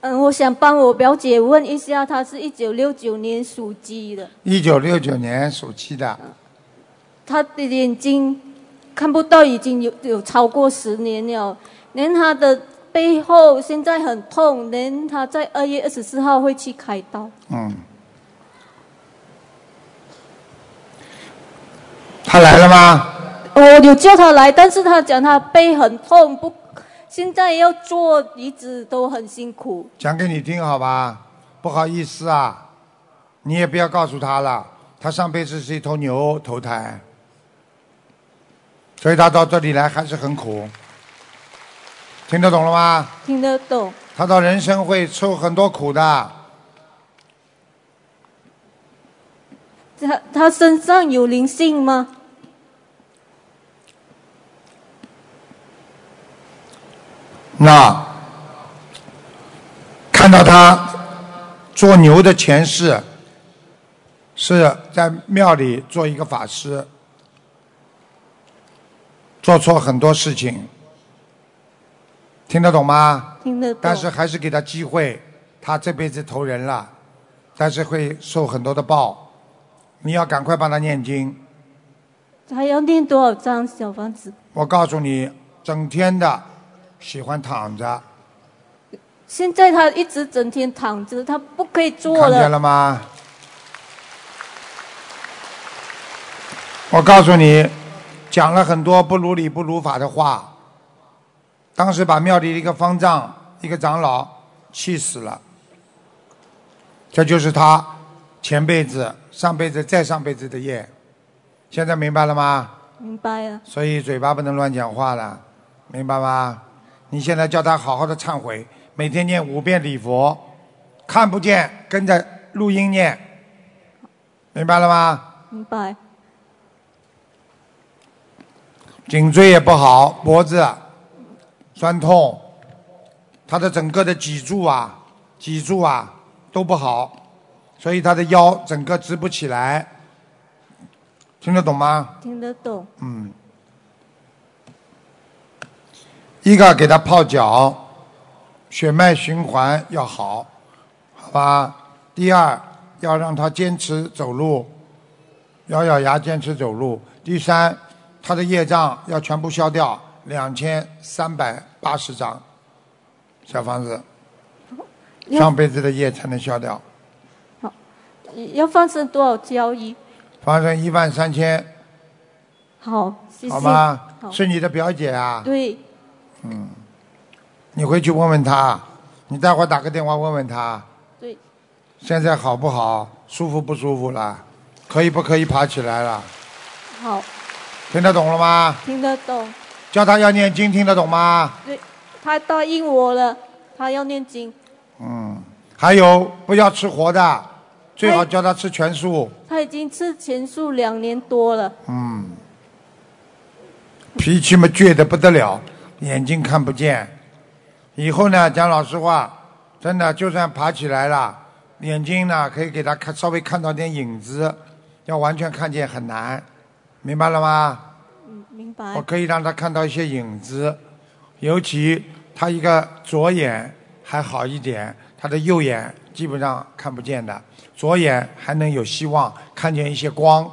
L: 嗯，我想帮我表姐问一下，她是一九六九年属鸡的，
B: 一九六九年属鸡的，
L: 她的眼睛看不到，已经有有超过十年了，连她的背后现在很痛，连她在二月二十四号会去开刀。
B: 嗯。他来了吗？
L: 我哦有叫她来，但是她讲她背很痛，不，现在要做移植都很辛苦。
B: 讲给你听好吧，不好意思啊，你也不要告诉他了，他上辈子是一头牛投胎，所以他到这里来还是很苦，听得懂了吗？
L: 听得懂？
B: 他到人生会受很多苦的，
L: 她她身上有灵性吗？
B: 那看到他做牛的前世是在庙里做一个法师，做错很多事情，听得懂吗？
L: 听得懂？
B: 但是还是给他机会，他这辈子投人了，但是会受很多的报。你要赶快帮他念经。
L: 还要念多少张小房子？
B: 我告诉你，整天的喜欢躺着，
L: 现在他一直整天躺着，他不可以坐
B: 看
L: 了。
B: 见了吗？我告诉你，讲了很多不如理不如法的话。当时把庙里的一个方丈、一个长老气死了。这就是他前辈子、上辈子、再上辈子的业。现在明白了吗？
L: 明白了，
B: 所以嘴巴不能乱讲话了，明白吗？你现在叫他好好的忏悔，每天念五遍礼佛，看不见跟着录音念，明白了吗？
L: 明白。
B: 颈椎也不好，脖子酸痛，他的整个的脊柱啊、脊柱啊都不好，所以他的腰整个直不起来，听得懂吗？
L: 听得懂。
B: 嗯，一个给他泡脚，血脉循环要好，好吧？第二，要让他坚持走路，咬咬牙坚持走路。第三，他的业障要全部消掉，两千三百八十张小房子，
L: 哦
B: 上辈子的业才能消掉。
L: 要放生多少交易？
B: 放生一万三千，
L: 好，谢谢。
B: 好吗？
L: 好
B: 是你的表姐啊？
L: 对，
B: 嗯，你回去问问他，你待会儿打个电话问问他。
L: 对。
B: 现在好不好？舒服不舒服了？可以不可以爬起来了？
L: 好，
B: 听得懂了吗？
L: 听得懂。
B: 叫他要念经，听得懂吗？
L: 对，他答应我了，他要念经，
B: 嗯。还有，不要吃活的，最好叫他吃全素。
L: 他已经吃全素两年多了。
B: 嗯。脾气嘛倔得不得了，眼睛看不见。以后呢，讲老实话，真的就算爬起来了，眼睛呢可以给他看稍微看到点影子，要完全看见很难，明白了吗？
L: 嗯，明白。
B: 我可以让他看到一些影子，尤其他一个左眼还好一点，他的右眼基本上看不见的，左眼还能有希望看见一些光，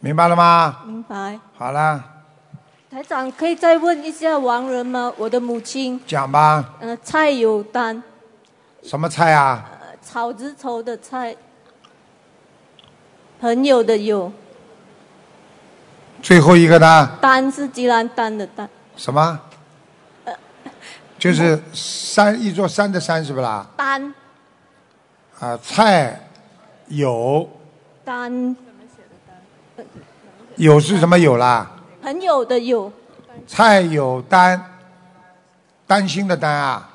B: 明白了吗？
L: 明白。
B: 好了，
L: 台长，可以再问一下亡人吗？我的母亲，
B: 讲吧，
L: 呃，蔡有丹，
B: 什么菜啊？
L: 呃草字头的蔡，朋友的友，
B: 最后一个呢？
L: 丹是吉兰丹的丹，
B: 什么？就是山一座山的山是不啦？
L: 丹
B: 啊，菜有
L: 丹，
B: 有是什么有啦？
L: 朋友的友，
B: 菜有担，担心的担啊，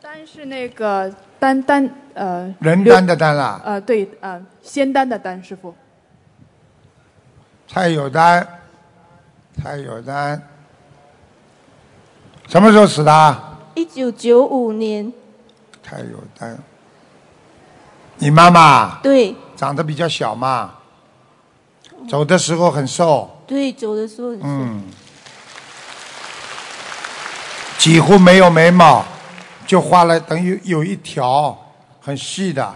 M: 丹是那个丹丹呃
B: 人
M: 刘
B: 担的啊担啦。
M: 呃对呃仙丹的丹师傅，
B: 菜有担，菜有担，什么时候死的啊？
L: 一九九五年，
B: 菜有担，你妈妈
L: 对
B: 长得比较小嘛，走的时候很瘦，
L: 对，走的时候很瘦，
B: 嗯，几乎没有眉毛，就画了等于有一条很细的，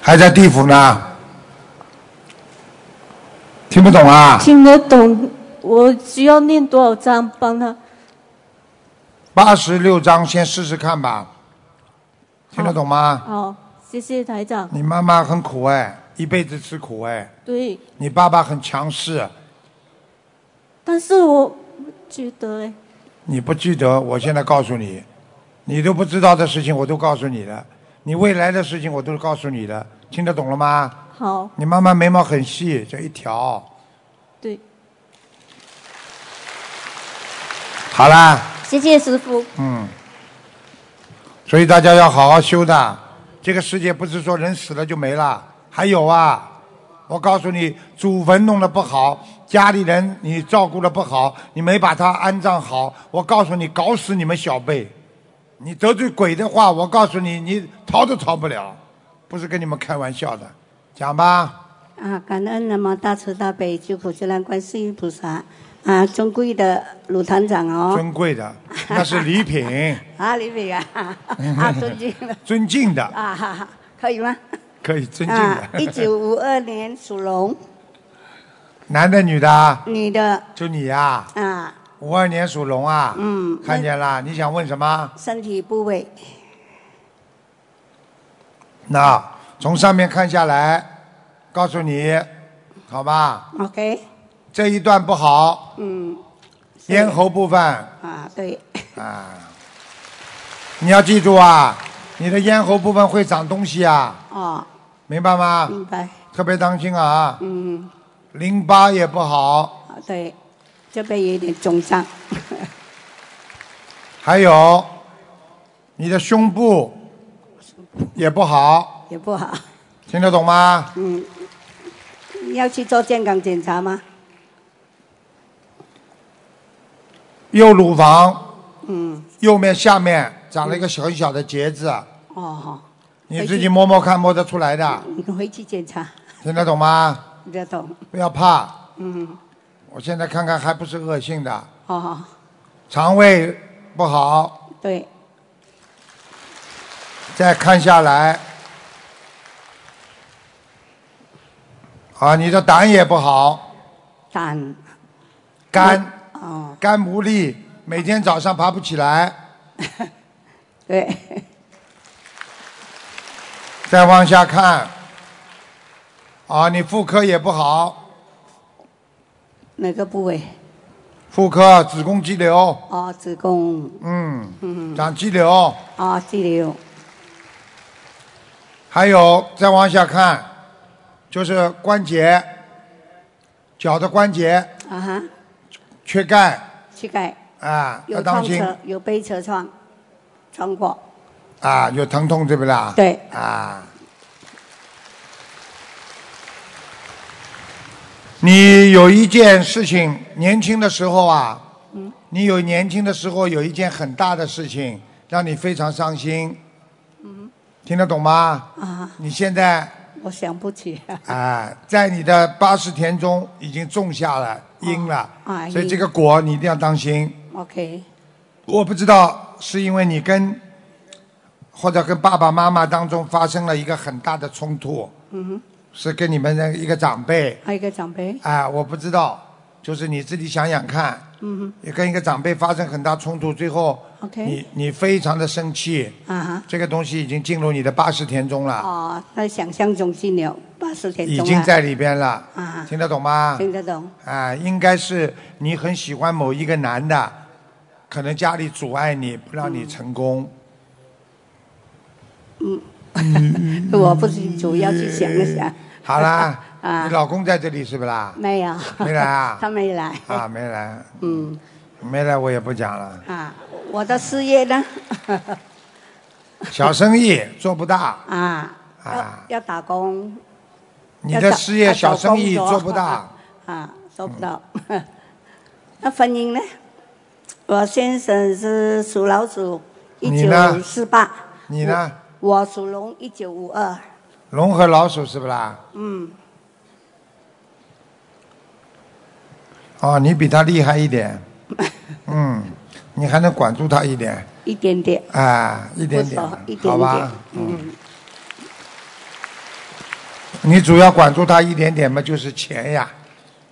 B: 还在地府呢，听不懂啊？
L: 听得懂，我需要念多少章帮他？
B: 八十六章先试试看吧，听得懂吗？
L: 好，谢谢台长。
B: 你妈妈很苦哎，一辈子吃苦哎，
L: 对，
B: 你爸爸很强势，
L: 但是我觉得哎，
B: 你不记得，我现在告诉你，你都不知道的事情我都告诉你了，你未来的事情我都告诉你了，听得懂了吗？
L: 好，
B: 你妈妈眉毛很细，这一条。
L: 对，
B: 好啦，
L: 谢谢师傅。
B: 嗯，所以大家要好好修的。这个世界不是说人死了就没了，还有啊，我告诉你，祖坟弄得不好，家里人你照顾的不好，你没把他安葬好，我告诉你，搞死你们小辈。你得罪鬼的话，我告诉你，你逃都逃不了，不是跟你们开玩笑的。讲吧，
N: 啊，感恩那么大慈大悲救苦救难观世音菩萨啊，尊贵的鲁团长哦，
B: 尊贵的，那是礼 品，
N: 啊，李伟啊， 啊，尊敬了
B: 尊敬的，
N: 啊，哈哈，可以吗？
B: 可以尊敬
N: 啊，
B: 的。
N: 一九五二年属龙，
B: 男的女的啊？
N: 女的
B: 就你呀、
N: 啊，
B: 五二年属龙啊。
N: 嗯
B: 看见了，你想问什么？
N: 身体部位
B: 那从上面看下来，告诉你，好吧？
N: ，OK，
B: 这一段不好，
N: 嗯，是
B: 咽喉部分
N: 啊，对，
B: 啊，你要记住啊，你的咽喉部分会长东西啊，
N: 哦，
B: 明白吗？
N: 明白，
B: 特别当心啊，
N: 嗯，
B: 淋巴也不好，
N: 啊对，这边有点肿胀，
B: 还有你的胸部也不好，
N: 也不好，
B: 听得懂吗？
N: 嗯，要去做健康检查吗？
B: 右乳房
N: 嗯，
B: 右面下面长了一个小很小的结子，
N: 哦，
B: 你自己摸摸看，摸得出来的，
N: 你回去检查，
B: 听得懂吗？
N: 你得懂，
B: 不要怕，
N: 嗯，
B: 我现在看看还不是恶性的，
N: 哦，
B: 肠胃不好，
N: 对，
B: 再看下来，啊，你的胆也不好，
N: 胆，
B: 肝
N: 哦，
B: 肝无力，每天早上爬不起来，
N: 对，
B: 再往下看，啊，你妇科也不好，
N: 哪个部位？
B: 妇科子宫肌瘤，
N: 哦，子宫，
B: 嗯，
N: 嗯，
B: 长肌瘤。
N: 哦，肌瘤，
B: 还有再往下看，就是关节，脚的关节
N: 啊哈，
B: 缺钙
N: 膝盖
B: 啊，要
N: 有
B: 当
N: 撞
B: 心
N: 车，有被车撞，撞过，
B: 啊，有疼痛对不啦？
N: 对
B: 啊。你有一件事情，年轻的时候啊，
N: 嗯
B: 你有年轻的时候有一件很大的事情，让你非常伤心，
N: 嗯
B: 听得懂吗？
N: 啊，
B: 你现在
N: 我想不起，
B: 啊，在你的八十田中已经种下了因了，
N: 哦啊
B: 所以
N: 因
B: 这个果你一定要当心。
N: OK，
B: 我不知道是因为你跟或者跟爸爸妈妈当中发生了一个很大的冲突，
N: 嗯
B: 是跟你们的一个长辈
N: 哼，还有一个长辈，
B: 啊，我不知道，就是你自己想想看，
N: 嗯
B: 也跟一个长辈发生很大冲突，最后
N: 哼，OK，
B: 你你非常的生气，
N: 啊哈，
B: 这个东西已经进入你的八十田中了，
N: 哦，在想象中心了，八十天
B: 已
N: 中
B: 经
N: 了
B: 在里边了，
N: 啊，
B: 听得懂吗？
N: 听得懂，
B: 啊，应该是你很喜欢某一个男的，可能家里阻碍你，不让你成功。
N: 嗯，我不清楚，要去想一想，
B: 好啦，
N: 啊
B: 你老公在这里是不 啦？
N: 没有，
B: 嗯没来啊
N: 他没来，
B: 啊，没来，
N: 嗯，
B: 没来我也不讲了。
N: 啊，我的事业呢？
B: 小生意做不大，
N: 啊，
B: 啊
N: 要要打工。
B: 你
N: 要
B: 的
N: 找
B: 事业
N: 要
B: 小
N: 找
B: 生意
N: 工
B: 做
N: 作
B: 不大，
N: 啊，做不到。 那婚姻呢？我先生是属老鼠，一
B: 你
N: 九
B: 呢
N: 四八。
B: 你呢？
N: 我属龙，一九五二。
B: 龙和老鼠是不啦？
N: 嗯，
B: 啊，你比他厉害一 点，嗯，你还能管住他一点，
N: 一点点，
B: 啊，一点点
N: 不少，一点点，
B: 好吧？
N: 嗯，
B: 你主要管住他一点点嘛，就是钱呀，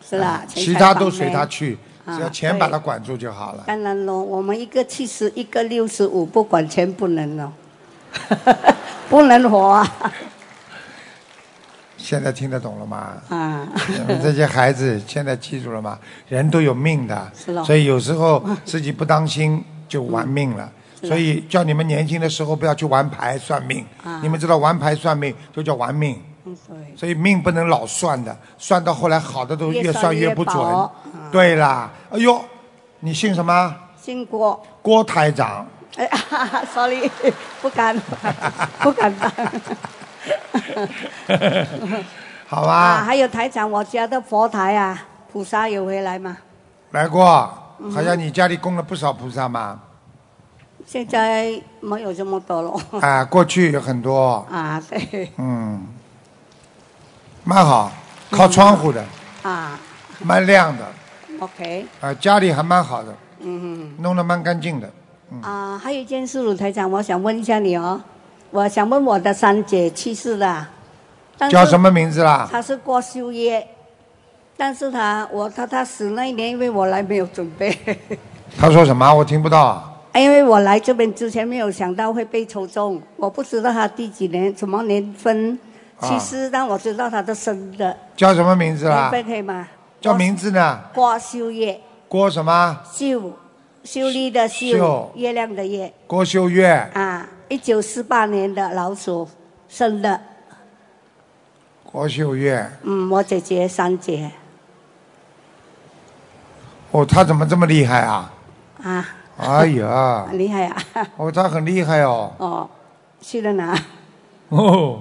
N: 是啦，钱
B: 哎其
N: 财
B: 他
N: 方
B: 都随
N: 面
B: 他去，只要
N: 啊
B: 钱把
N: 对
B: 他管住就好了。
N: 当然喽，我们一个七十，一个六十五，不管钱不能 喽，不能活啊！
B: 现在听得懂了吗？
N: 啊
B: 你们这些孩子现在记住了吗？人都有命的
N: 是，咯嗯
B: 所以有时候自己不当心就玩命了。
N: 是
B: 所以叫你们年轻的时候不要去玩牌算命，
N: 啊
B: 你们知道玩牌算命就叫玩命，
G: Ừ,
N: 嗯对，
B: 所以命不能老算的，算到后来好的都
N: 越
B: 越
N: 算
B: 算
N: 越
B: 不准。
N: 薄啊
B: 对啦，哎呦，你姓什么？
N: 姓郭，
B: 郭台长，
N: 哎哈哈，sorry，不敢， 不敢当。
B: 好吧？
N: 啊，还有台长，我家的佛台啊，菩萨有回来吗？
B: 来过，
N: 嗯
B: 好像你家里供了不少菩萨嘛？
N: 现在没有这么多了。
B: 啊，过去有很多，
N: 啊，对，
B: 嗯，蛮好，靠窗户的，
N: 啊
B: 蛮亮的，
N: ，OK，
B: 啊，家里还蛮好的，
N: 嗯
B: 弄得蛮干净的。
N: 哼，啊，还有一件事，鲁台长，我想问一下你哦，我想问我的三姐去世了，但是
B: 叫什么名字啦？
N: 她是过修业，但是她我她她死那一年，因为我来没有准备，
B: 他说什么？我听不到。啊
N: 啊因为我来这边之前没有想到会被抽中，我不知道她第几年什么年份
B: 啊
N: 去世，但我知道她的生日，
B: 叫什么名字啦
N: 明？白可以吗？
B: 叫名字呢？
N: 过修业。
B: 郭什么？
N: 秀，秀丽的秀
B: 秀，
N: 月亮的月
B: 郭秀月。
N: 啊，一九四八年的老鼠生的，
B: 郭秀月。
N: 嗯，我姐姐三姐
B: 哦，他怎么这么厉害啊？
N: 啊，
B: 哎呀，
N: 很厉害啊！
B: 哦，他很厉害哦。
N: 哦，去了哪？
B: 哦。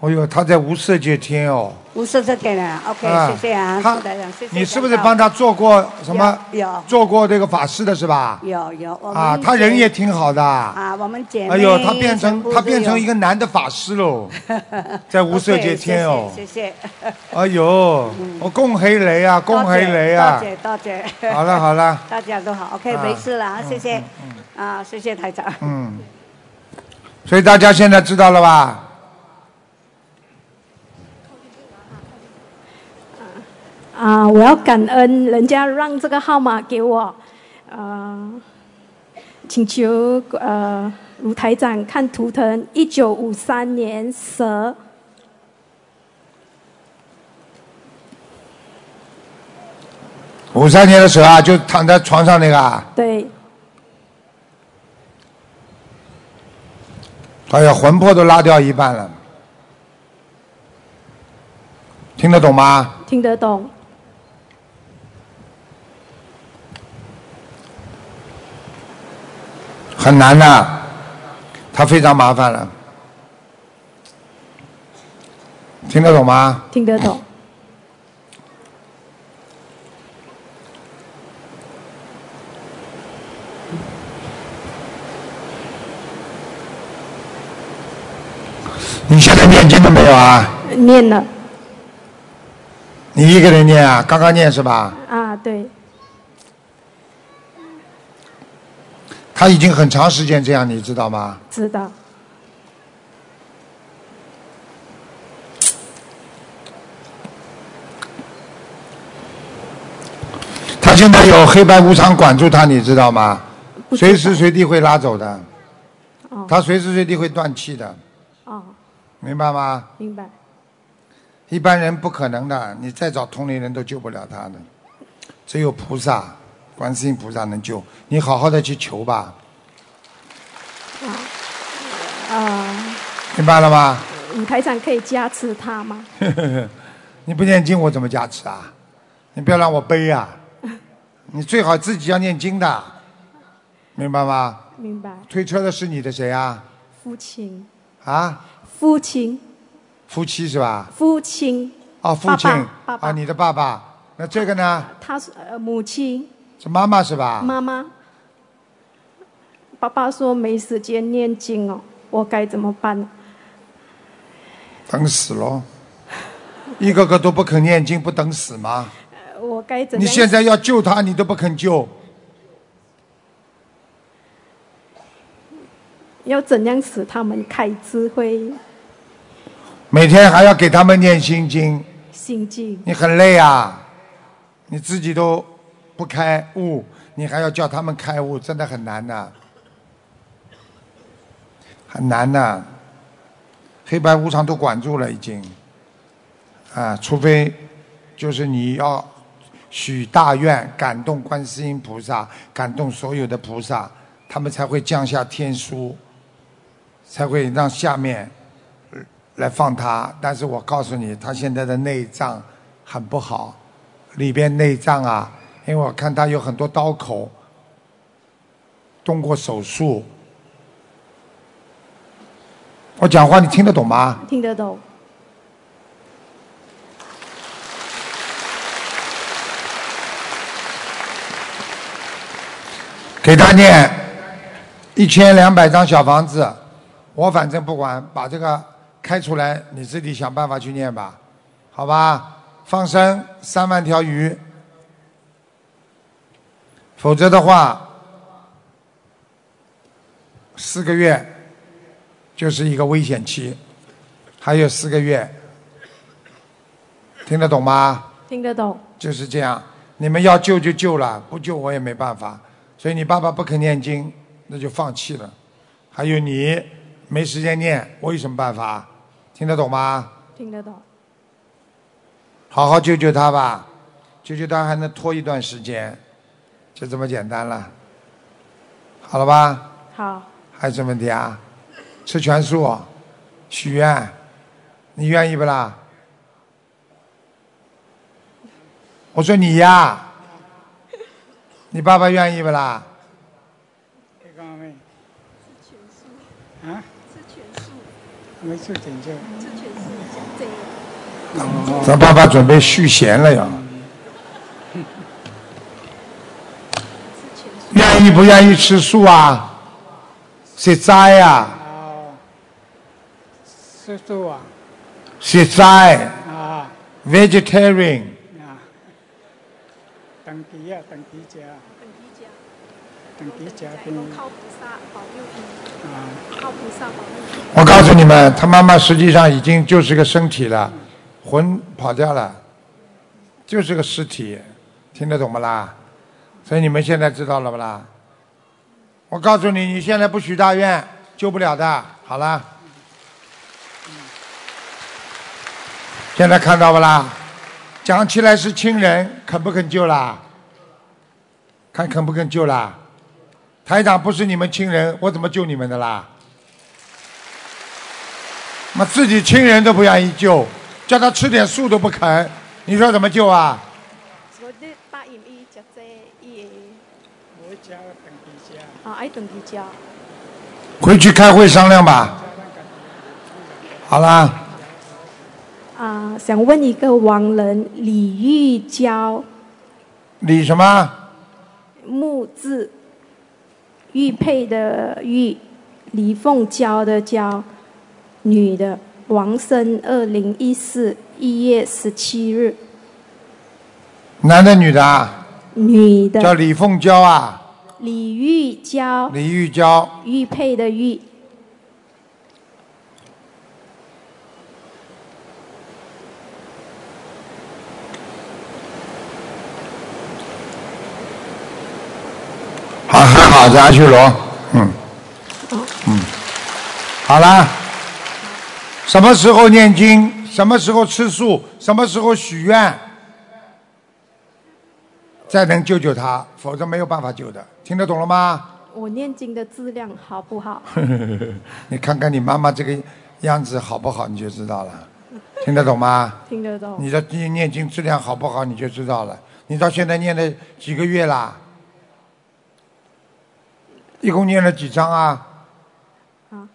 B: 哎呦，他在无色界天哦。
N: 无色这天啊，OK，、
B: 啊
N: 谢谢啊，
B: 他
N: 副台长，谢谢。
B: 你是不是帮他做过什么？
N: 有
B: 做过这个法事的是吧？
N: 有有我们
B: 啊，他人
N: 姐
B: 也挺好的。
N: 啊，我们姐妹。
B: 哎呦，他变成
N: 全部都
B: 他变成
N: 有
B: 一个男的法师 喽，在无色界天哦
N: OK，。谢谢，谢 谢。
B: 哎呦，我恭喜你啊，恭喜你啊
N: 多！谢多谢。多谢
B: 好了好了，
N: 大家都好，OK，
B: 啊
N: 没事了啊，谢谢，啊，谢谢台长。
B: 嗯，所以大家现在知道了吧？
O: 啊、我要感恩人家让这个号码给我，呃，请求呃卢台长看图腾，一九五三年蛇，
B: 五三年的蛇啊，就躺在床上那个啊，
O: 对，
B: 哎呀，魂魄都拉掉一半了，听得懂吗？
O: 听得懂，
B: 很难的、他非常麻烦了，听得懂吗？
O: 听得懂，
B: 你现在念经了没有啊？
O: 念了
B: 你一个人念啊？刚刚念是吧？
O: 啊，对，
B: 他已经很长时间这样，你知道吗？
O: 知道，
B: 他现在有黑白无常管住他，你知道吗？随时随地会拉走的，
O: 哦，
B: 他随时随地会断气的，
O: 哦，
B: 明白吗？
O: 明白，
B: 一般人不可能的，你再找同龄人都救不了他的，只有菩萨，观世音菩萨能救。你好好的去求吧，
O: 啊、
B: 明白了吗？
O: 卢台长可以加持他吗？
B: 你不念经，我怎么加持啊？你不要让我背啊！你最好自己要念经的，明白吗？
O: 明白，
B: 推车的是你的谁啊？
O: 父亲，
B: 啊，
O: 父亲，
B: 夫妻是吧？
O: 父亲，
B: 啊，父亲
O: 爸爸爸爸
B: 啊，你的爸爸。那这个呢？
O: 他是呃母亲，
B: 是妈妈是吧？
O: 妈妈，爸爸说没时间念经哦，我该怎么办？
B: 等死喽！一个个都不肯念经，不等死吗？
O: 我该怎样？
B: 你现在要救他，你都不肯救，
O: 要怎样使他们开智慧
B: 每天还要给他们念心经，
O: 心境？
B: 你很累啊！你自己都不开悟，你还要叫他们开悟，真的很难呐、很难呐、黑白无常都管住了已经，啊，除非就是你要许大愿，感动观世音菩萨，感动所有的菩萨，他们才会降下天书，才会让下面呃来放他。但是我告诉你，他现在的内脏很不好，里边内脏啊，因为我看他有很多刀口，动过手术。我讲话你听得懂吗？
O: 听得懂？
B: 给他念一千两百张小房子，我反正不管，把这个开出来，你自己想办法去念吧，好吧？放生三万条鱼，否则的话，四个月就是一个危险期，还有四个月，听得懂吗？
O: 听得懂？
B: 就是这样，你们要救就救了，不救我也没办法。所以你爸爸不肯念经，那就放弃了。还有你没时间念，我有什么办法？听得懂吗？
O: 听得懂？
B: 好好救救他吧，救救他还能拖一段时间，就这么简单了。好了吧？
O: 好，
B: 还有什么问题啊？吃全素，啊许愿，你愿意不啦？我说你呀，你爸爸愿意不啦？
G: 这方面。啊？没吃点就。
B: 咱爸爸准备续弦了呀。愿意不愿意吃素啊？谁啊斋呀、
G: 吃素啊
B: 谁斋
G: 啊，
B: ？Vegetarian，
G: 等级啊，等级家，
P: 本地家，
G: 等级家跟
P: 靠菩萨保佑你，
G: 啊，
P: 靠菩萨保佑你。
B: 我告诉你们，他妈妈实际上已经就是个身体了，魂跑掉了，就是个尸体，听得懂不啦？所以你们现在知道了不啦？我告诉你，你现在不许大愿，救不了的。好了，现在看到不啦？讲起来是亲人，肯不肯救啦？看肯不肯救啦？台长不是你们亲人，我怎么救你们的啦？妈自己亲人都不愿意救，叫他吃点素都不肯，你说怎么救啊？
P: 我的八一一姐姐一，我家本地家。
O: 啊，爱等比较。
B: 回去开会商量吧。好啦，
O: 啊、想问一个亡人李玉娇，
B: 李什么？
O: 木字，玉佩的玉，李凤娇的娇，女的，王生，二零一四一月十七日，
B: 男的女的啊？
O: 女的，
B: 叫李凤娇啊，
O: 李玉娇，
B: 李玉娇，
O: 玉佩的玉，
B: 好，啊很好，是阿修罗，嗯，嗯，好啦，什么时候念经？什么时候吃素？什么时候许愿？再能救救他，否则没有办法救的。听得懂了吗？
O: 我念经的质量好不好？
B: 你看看你妈妈这个样子好不好，你就知道了。听得懂吗？
O: 听得懂？
B: 你的念念经质量好不好，你就知道了。你到现在念了几个月啦？一共念了几章啊？
O: 啊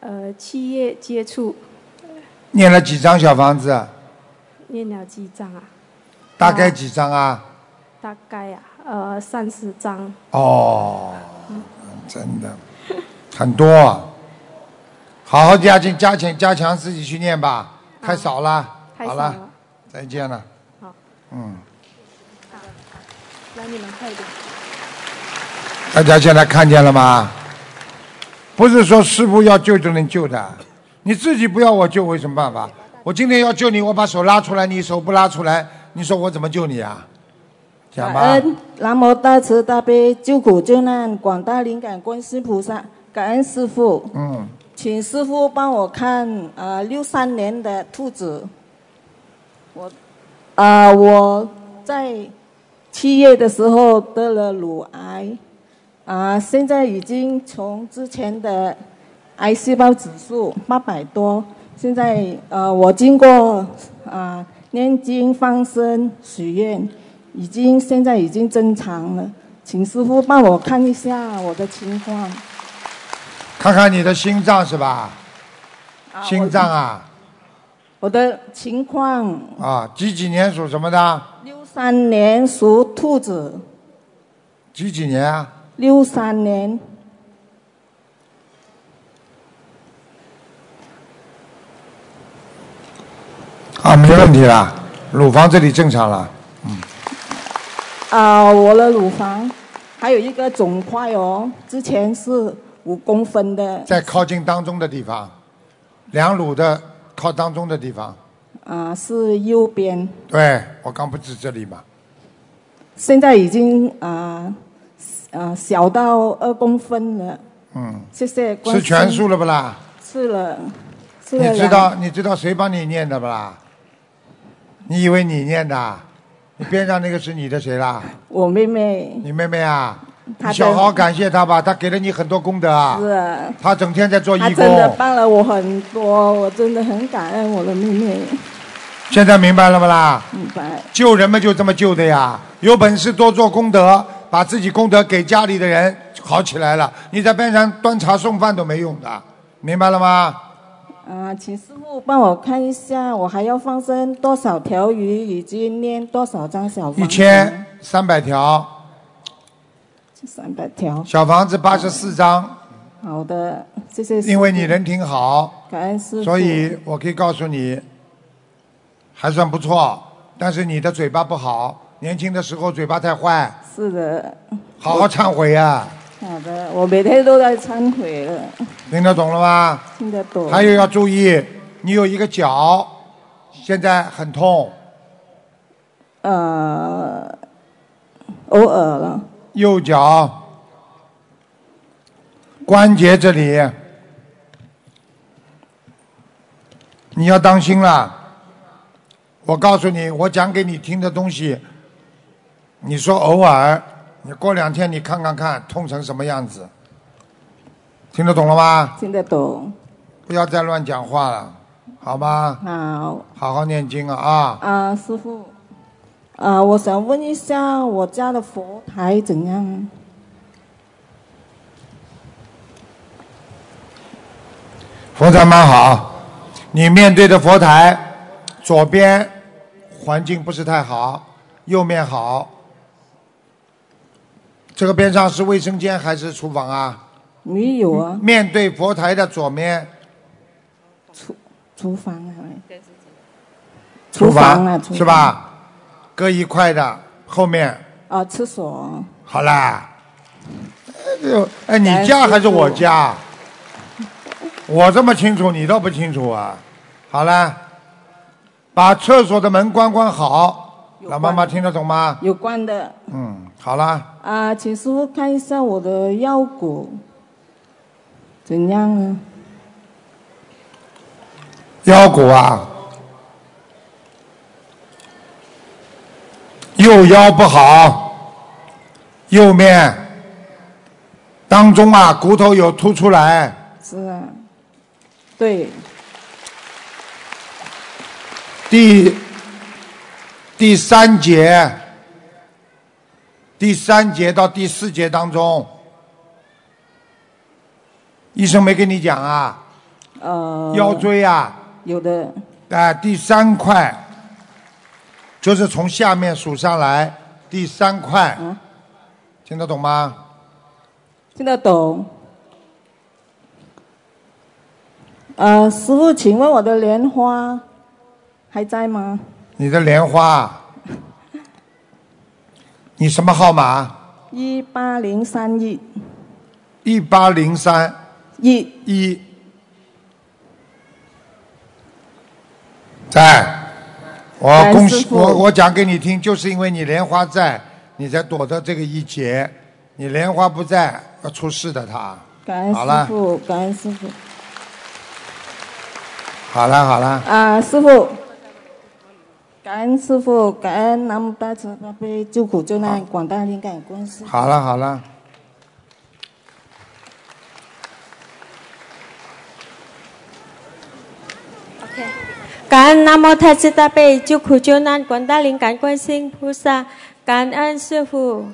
O: 呃，七月接触
B: 念了几张小房子？
O: 念了几张啊？
B: 大概几张啊？
O: 大概啊，呃，三十张。
B: 哦，真的很多、啊，好好加强加强加强自己去念吧，太少了。好了，再见了。
O: 好，
B: 嗯，
O: 来你们快一点。
B: 大家现在看见了吗？不是说师傅要救就能救的，你自己不要我救，我有什么办法？我今天要救你，我把手拉出来，你手不拉出来，你说我怎么救你啊？讲吧。
Q: 感恩南无大慈大悲救苦救难广大灵感观世菩萨，感恩师傅。
G: Ờ.
B: 嗯，
Q: 请师傅帮我看呃六三年的兔子，我啊、我在七月的时候得了乳癌，啊、现在已经从之前的癌细胞指数八百多，现在呃我经过啊、念经放生许愿，已经现在已经正常了，请师傅帮我看一下我的情况。
B: 看看你的心脏是吧？心脏啊
Q: 我的情况，
B: 啊，几几年属什么的？
Q: 六三年属兔子，
B: 几几年啊？
Q: 六三年
B: 啊，没问题啦，乳房这里正常了。
Q: 啊、我的乳房还有一个肿块哦，之前是五公分的，
B: 在靠近当中的地方，两乳的靠当中的地方。
Q: 啊、是右边，
B: 对，我刚不是这里嘛，
Q: 现在已经啊啊、小到二公分了，
B: 嗯，
Q: 谢谢关
B: 吃
Q: 心。
B: 全素了不啦？
Q: 吃了，吃
B: 你
Q: 了
B: 知
Q: 两
B: 道你知道谁帮你念的不啦？你以为你念的啊？你边上那个是你的谁啦？
Q: 我妹妹，
B: 你妹妹啊？
Q: 她
B: 你小
Q: 真
B: 好感谢她吧，她给了你很多功德啊。
Q: 是啊
B: 她整天在做
Q: 她
B: 义
Q: 真的
B: 工，
Q: 帮了我很多，我真的很感恩我的妹妹。
B: 现在明白了不啦？
Q: 明白。
B: 救人们就这么救的呀，有本事多做功德，把自己功德给家里的人，好起来了。你在边上端茶送饭都没用的，明白了吗？
Q: 啊，请师傅帮我看一下，我还要放生多少条鱼，以及念多少张小房？
B: 一千三百条，
Q: 三百条。
B: 小房子八十四张，
Q: 好的，谢谢师傅。
B: 因为你人挺好，
Q: 感恩师傅。
B: 所以我可以告诉你，还算不错。但是你的嘴巴不好，年轻的时候嘴巴太坏，
Q: 是的，
B: 好好忏悔啊呀、
Q: 好的，我每天都在忏悔了，
B: 听得懂了吗？
Q: 听得懂。
B: 还有要注意，你有一个脚，现在很痛。
Q: 呃，偶尔了。
B: 右脚关节这里，你要当心了。我告诉你，我讲给你听的东西，你说偶尔，你过两天你看看看痛成什么样子，听得懂了吗？
Q: 听得懂。
B: 不要再乱讲话了，好吗？
Q: 好。
B: 好好念经啊啊！
Q: 啊，师傅，啊，我想问一下，我家的佛台怎样？
B: 佛台蛮好，啊你面对的佛台左边环境不是太好，右面好。这个边上是卫生间还是厨房啊？
Q: 没有啊。
B: 面对佛台的左面，
Q: 厨房啊。
B: 厨
Q: 房啊厨房
B: 是吧？各一块的，后面
Q: 啊，厕所。
B: 好啦。
Q: 呃
B: 哎呦，哎，你家还是我家？我这么清楚，你倒不清楚啊。好了，把厕所的门关关好。老妈妈听得懂吗？
Q: 有关的
B: 嗯，好了，
Q: 啊，请师傅看一下我的腰骨怎样啊？
B: 腰骨啊，右腰不好，右面当中啊骨头有凸出来。
Q: 是啊，对，
B: 第第三节，第三节到第四节当中，医生没跟你讲啊，
Q: 呃，
B: 腰椎啊，
Q: 有的
B: 啊，第三块，就是从下面数上来，第三块，听得懂吗？
Q: 嗯听得懂。呃，师傅，请问我的莲花还在吗？
B: 你的莲花，你什么号码？
Q: 一八零三一
B: 一八零三
Q: 一
B: 一在。我
Q: 哎
B: 恭
Q: 师
B: 喜
Q: 父
B: 我，我讲给你听，就是因为你莲花在，你才躲得这个一劫。你莲花不在，要出事的他。
Q: 感恩
B: 好了
Q: 师傅，感恩师傅。
B: 好了好了，
Q: 啊，师傅，感恩师傅，感恩南无大慈大悲救苦救难广大灵感观世。
B: 好了好了。
J: 感恩南无太子大悲救苦救难广大灵感观世音菩萨，感恩师傅。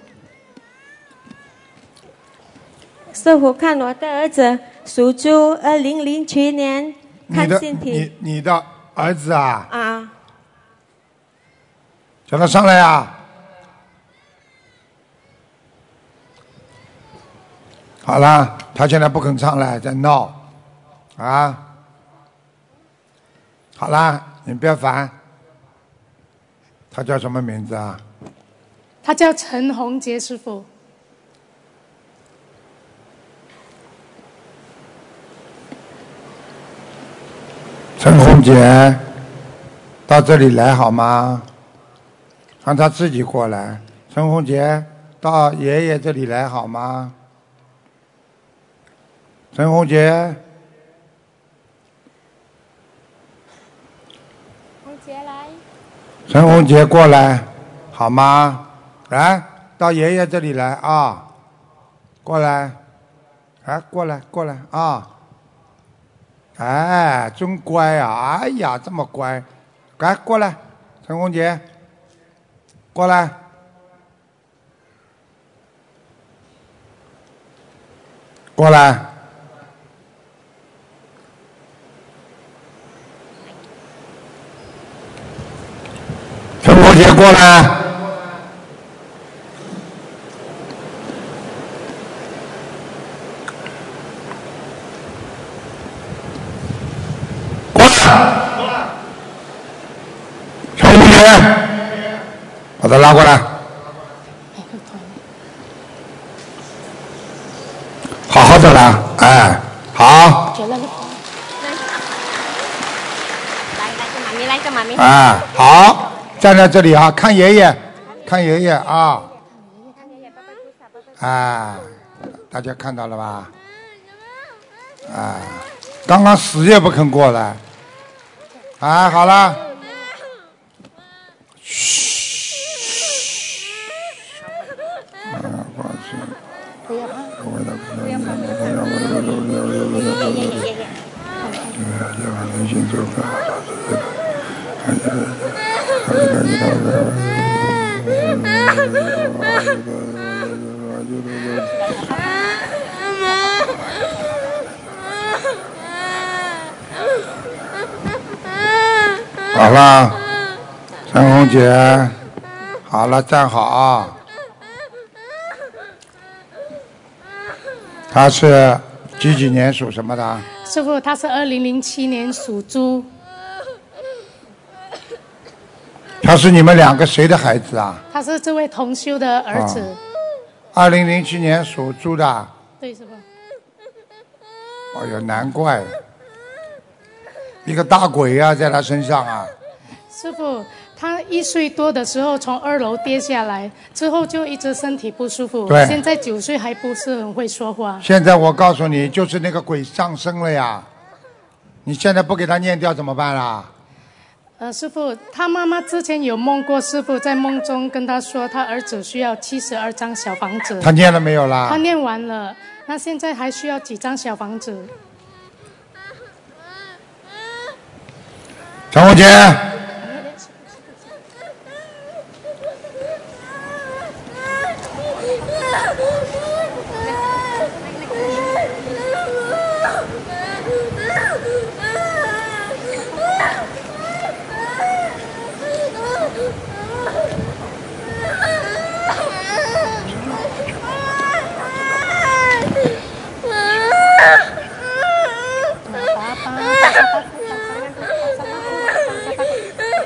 J: 师傅看我的儿子属猪，二零零七年
B: 你
J: 看
B: 的
J: 身
B: 你
J: 体
B: 你的儿子啊，
J: 啊，
B: 叫他上来啊。好了，他现在不肯上来，在闹，啊。好啦，你不要烦。他叫什么名字啊？
R: 他叫陈宏杰师傅，
B: 陈红姐，到这里来好吗？让她自己过来。陈红姐，到爷爷这里来好吗？陈红姐，
R: 宏杰来，
B: 陈红姐过来好吗？来，到爷爷这里来啊，过来，哎，过来，过来啊！哎，真乖啊！哎呀，这么乖，来过来，陈红姐，过来。过来。陈红姐过来。陈红姐，把她拉过来。好好的来，哎，好，
R: 觉得
J: 妈咪来个妈咪
B: 哎，好，站在这里啊，看爷爷，看爷爷啊，哎，大家看到了吧？哎，刚刚死也不肯过来，哎，好了，
R: 不要怕，
B: 不要怕，好了，陈红姐，好了，站好啊。他是几几年属什么的？
R: 师傅他是二零零七年属猪，
B: 他是你们两个谁的孩子啊？
R: 他是这位同修的儿子，
B: 二零零七年属猪的。哎
R: 对师傅，
B: 呦，难怪，一个大鬼啊，在他身上啊。
R: 师傅他一岁多的时候从二楼跌下来，之后就一直身体不舒服，
B: 对
R: 现在九岁还不是很会说话，
B: 现在我告诉你，就是那个鬼上身了呀。你现在不给他念掉怎么办啊啦？
R: 呃，师傅，他妈妈之前有梦过，师傅在梦中跟他说，他儿子需要七十二张小房子。
B: 他念了没有啦
R: 他念完了，那现在还需要几张小房子？
B: 陈红姐，
R: 爸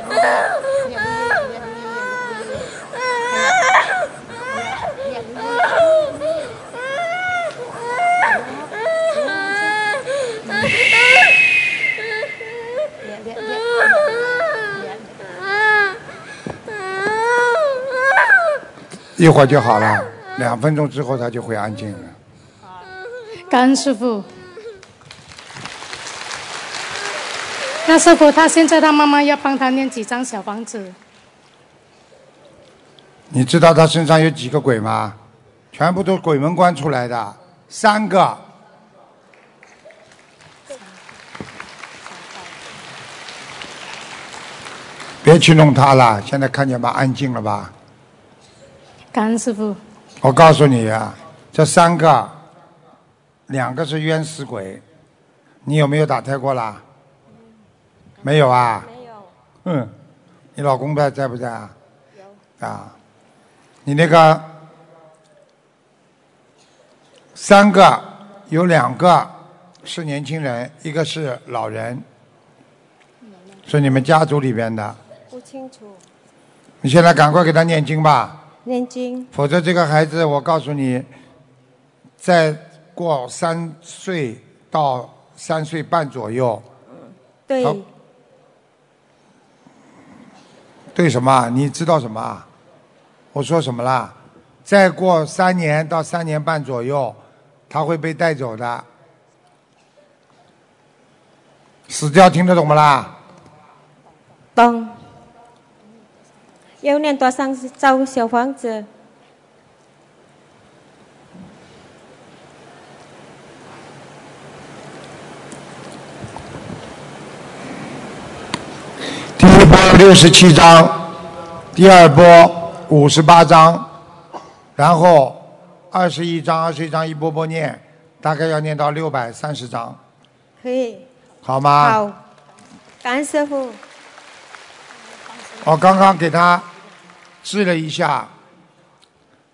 R: 爸，
B: 一会儿就好了，两分钟之后它就会安静了。
R: 感恩师傅。那师傅，他现在他妈妈要帮他念几张小房子？
B: 你知道他身上有几个鬼吗？全部都鬼门关出来的，三个。别去弄他了，现在看见吧，安静了吧？
R: 感恩师傅，
B: 我告诉你啊，这三个，两个是冤死鬼，你有没有打胎过啦？没有啊？没有。嗯，你老公在在不在啊？有。啊，你那个三个有两个是年轻人，一个是老人，是你们家族里边的。
J: 不清楚，
B: 你现在赶快给他念经吧，
J: 念经
B: 否则这个孩子，我告诉你，再过三岁到三岁半左右，
J: 对
B: 好对什么啊？你知道什么啊？我说什么啦？再过三年到三年半左右，他会被带走的。死掉听得懂不啦？
J: 懂。要念多少张小房子？
B: 第一波六十七章，第二波五十八章，然后二十一章、二十一章一波波念，大概要念到六百三十章，
J: 可以。
B: 好吗？
J: 好，感恩师傅。
B: 我刚刚给他治了一下，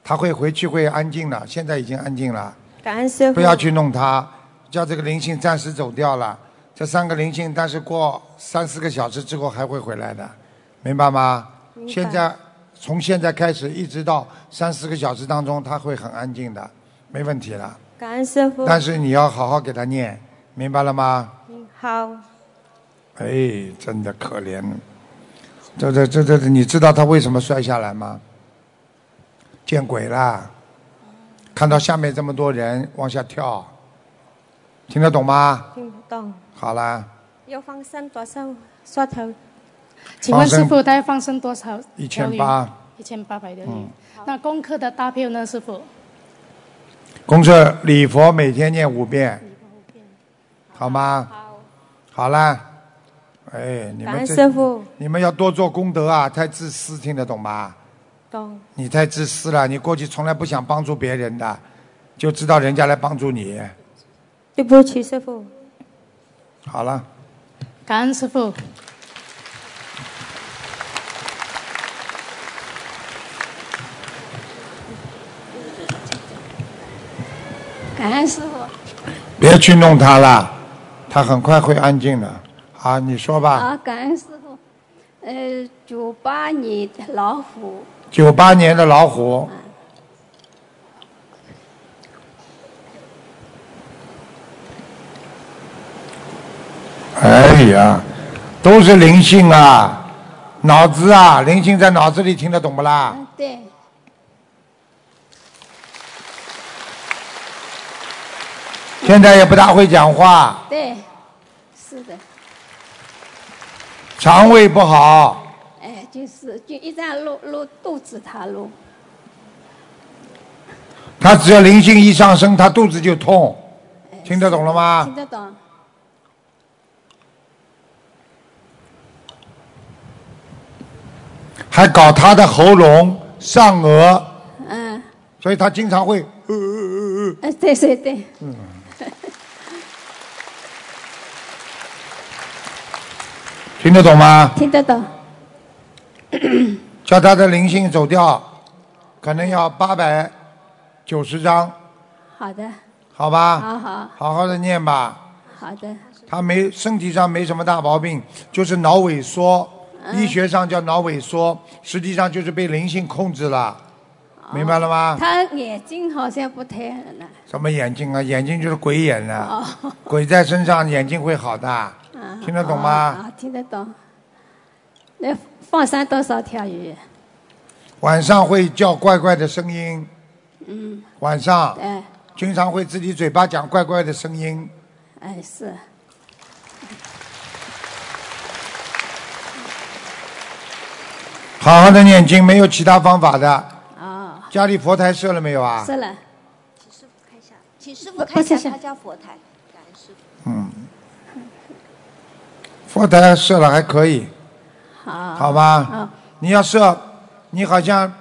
B: 他会回去会安静了，现在已经安静了，
J: 感恩师傅。
B: 不要去弄他，叫这个灵性暂时走掉了。这三个灵性，但是过三四个小时之后还会回来的，明白吗？
J: 明白
B: 现在从现在开始一直到三四个小时当中，他会很安静的，没问题了。
J: 感恩师傅。
B: 但是你要好好给他念，明白了吗？
J: 嗯好，
B: 哎，真的可怜，这这这这，你知道他为什么摔下来吗？见鬼啦！看到下面这么多人往下跳，听得懂吗？
J: 听不懂。
B: 好啦，
J: 要放生多少刷头？
R: 请问
B: 放生
R: 师傅，他要放生多少？
B: 1800，
R: 一千八百条鱼。
B: 嗯
R: 那功课的大票呢，师傅？
B: 公社礼佛每天念五遍，好吗？好啦，哎，你
J: 感
B: 们
J: 恩
B: 这
J: 师傅，
B: 你们要多做功德啊！太自私，听得懂吗？
J: 懂。
B: 你太自私了，你过去从来不想帮助别人的，就知道人家来帮助你。
J: 对不起，师傅。
B: 好了，
R: 感恩师傅。
D: 感恩师
B: 啊
D: 傅。
B: 别去弄他了，他很快会安静的。啊，你说吧，
D: 啊，感恩师傅。呃，九八年的老虎，
B: 九八年的老虎，哎呀，都是灵性啊，脑子啊，灵性在脑子里听得懂不啦？
D: 对，
B: 现在也不大会讲话，
D: 对，是的，
B: 肠胃不好，
D: 哎，就是就一直撸撸肚子，他撸，
B: 他只要灵性一上升，他肚子就痛，听得懂了吗？
D: 听得懂？
B: 还搞他的喉咙、上颚，
D: 嗯，
B: 所以他经常会
D: 呃，对对对，
B: 嗯，听得懂吗？
D: 听得懂。
B: 叫他的灵性走掉，可能要八百九十张，
D: 好的，
B: 好吧？
D: 好好
B: 好好的念吧。
D: 好的，
B: 他没身体上没什么大毛病，就是脑萎缩，
D: 嗯
B: 医学上叫脑萎缩，实际上就是被灵性控制了，明白了吗？
D: 哦他眼睛好像不太了，
B: 什么眼睛啊？眼睛就是鬼眼呐、
D: 哦，
B: 鬼在身上，眼睛会好的。
D: 啊
B: 啊听得懂吗
D: 啊，听得懂。那放生多少条鱼？
B: 晚上会叫怪怪的声音，
F: 嗯，
B: 晚上
F: 对，
B: 经常会自己嘴巴讲怪怪的声音。
F: 哎是，
B: 好好的念经，没有其他方法的。
F: 啊，
B: 家里佛台设了没有啊？
F: 是了，
S: 请师傅看一下他家佛台。感恩师傅。
B: 嗯，佛台设了还可以，
F: 好，
B: 好吧？你要设，你好像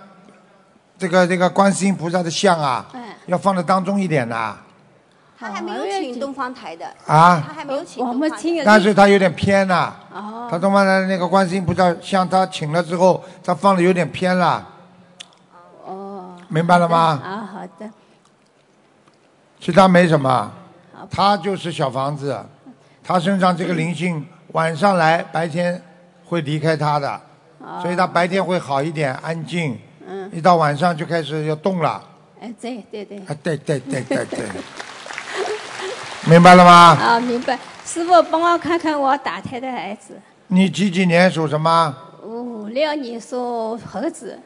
B: 这个这个观世音菩萨的像啊，
S: 哎
B: 要放的当中一点呐、
S: 他还没有请东方台的
B: 啊
S: 他还没有请东方台。
B: 但是他有点偏呐、
S: 哦
B: 他东方的那个观世音菩萨像他请了之后，他放的有点偏了，
F: 哦，
B: 明白了吗？
F: 啊，好的，
B: 其他没什么，他就是小房子，他身上这个灵性晚上来，白天会离开他的，
D: 哦
F: 啊
B: 所以他白天会好一点，安静，
F: 嗯，
B: 一到晚上就开始要动了。
F: 哎，对对对，
B: 啊，对对对对 对，明白了吗？
D: 啊，明白。师傅，帮我看看我打胎的孩子，
B: 你几几年属什么？
D: 五六年属猴子，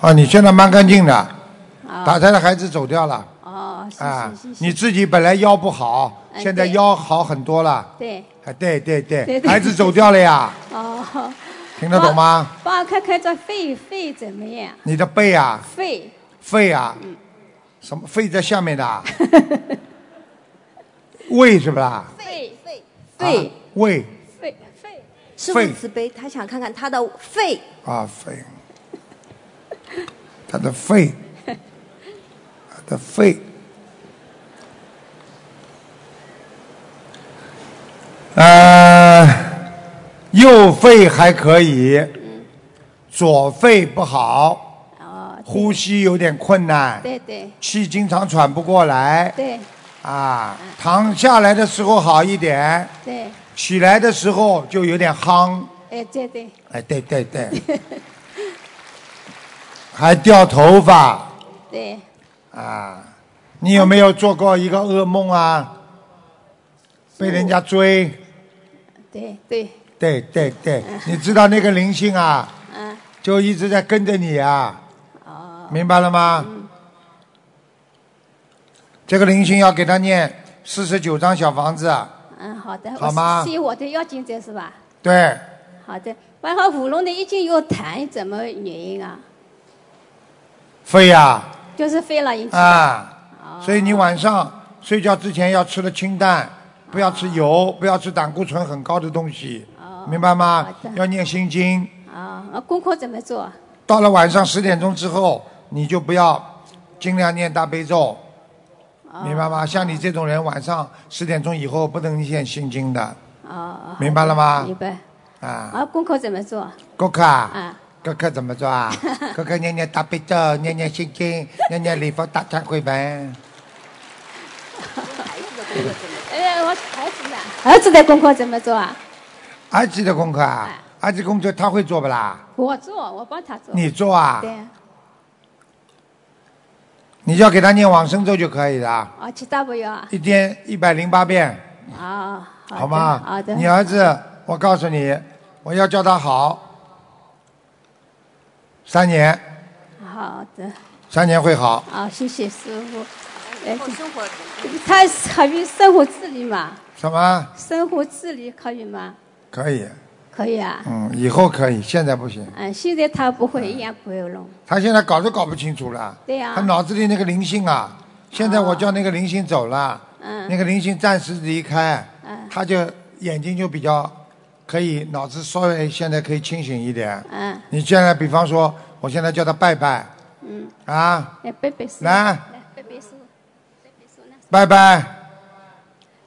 B: 啊，你现在蛮干净的，
D: 啊，
B: 打胎的孩子走掉了。
D: 哦，是
B: 啊
D: 是是，是，
B: 你自己本来腰不好，
D: 哎
B: 现在
D: 对
B: 腰好很多了。
D: 对，
B: 啊，对对
D: 对
B: 对，
D: 对
B: 孩子走掉了 呀，
D: 哦，
B: 听得懂吗？
D: 帮我看看这肺肺怎么样？
B: 你的背啊，
D: 肺
B: 肺啊，
D: 嗯
B: 什么肺在下面的 啊，胃是不啦？
D: 肺肺
S: 肺
B: 啊胃
D: 肺肺，
S: 师傅
B: 肺
S: 慈悲，他想看看他的肺。
B: 啊肺，他的肺，他的肺。呃，右肺还可以，左肺不好，
D: 哦，
B: 呼吸有点困难，
D: 对对
B: 气经常喘不过来
D: 对
B: 啊。躺下来的时候好一点，
D: 对，
B: 起来的时候就有点夯。
D: 哎对对，
B: 哎，对对对，还掉头发
D: 对，
B: 啊！你有没有做过一个噩梦啊？被人家追？
D: 对对，
B: 对对对，你知道那个灵性啊，
D: 嗯，
B: 就一直在跟着你啊。明白了吗？这个灵性要给他念四十九张小房子，啊
D: 嗯，好的，
B: 好吗
D: 我吸我的妖精者是吧？
B: 对，
D: 好的，外号喉咙的已经有痰，怎么原因啊？
B: 肺呀
D: 就是肺了引起的。
B: 啊，所以你晚上睡觉之前要吃的清淡，不要吃油，不要吃胆固醇很高的东西，明白吗？要念心经。
D: 啊，啊功课怎么做？
B: 到了晚上十点钟之后，你就不要尽量念大悲咒，明白吗？像你这种人，晚上十点钟以后不能念心经的
D: 啊，
B: 明白了吗
D: 明白。
B: 啊。
D: 啊，功课怎么做？
B: 哥哥啊，
D: 啊，
B: 哥哥怎么做 啊？哥哥念念大悲咒，念念心 经，念念礼佛大忏悔文。
D: 哎，我儿子呢？儿子的功课怎么做啊？
B: 儿子的功课啊，儿子工作他会做不啦？
D: 我做，我帮他做。
B: 你做啊
D: 对啊，
B: 你要给他念往生咒就可以了，
D: 啊，其他不要啊。
B: 一天一百零八遍，
D: 啊，的
B: 好吗？
D: 好的。
B: 你儿子，我告诉你，我要叫他好，三年，
D: 好的。
B: 三年会好。
D: 啊，谢谢师傅。哎，
S: 生活
D: 他可以生活自理嘛？
B: 什么？
D: 生活自理可以吗？
B: 可以，
D: 可以啊。
B: 嗯，以后可以，现在不行。
D: 嗯，现在他不会，一样不会弄。
B: 他现在搞都搞不清楚了。
D: 对呀
B: 他脑子里那个灵性啊，现在我叫那个灵性走了，
D: 嗯
B: 那个灵性暂时离开，
D: 嗯
B: 他就眼睛就比较可以，脑子稍微现在可以清醒一点。
D: 嗯
B: 你现在比方说，我现在叫他拜拜
D: 嗯，
B: 啊，
D: 来拜拜师傅。
B: 来
D: 拜拜师傅。
B: 拜拜，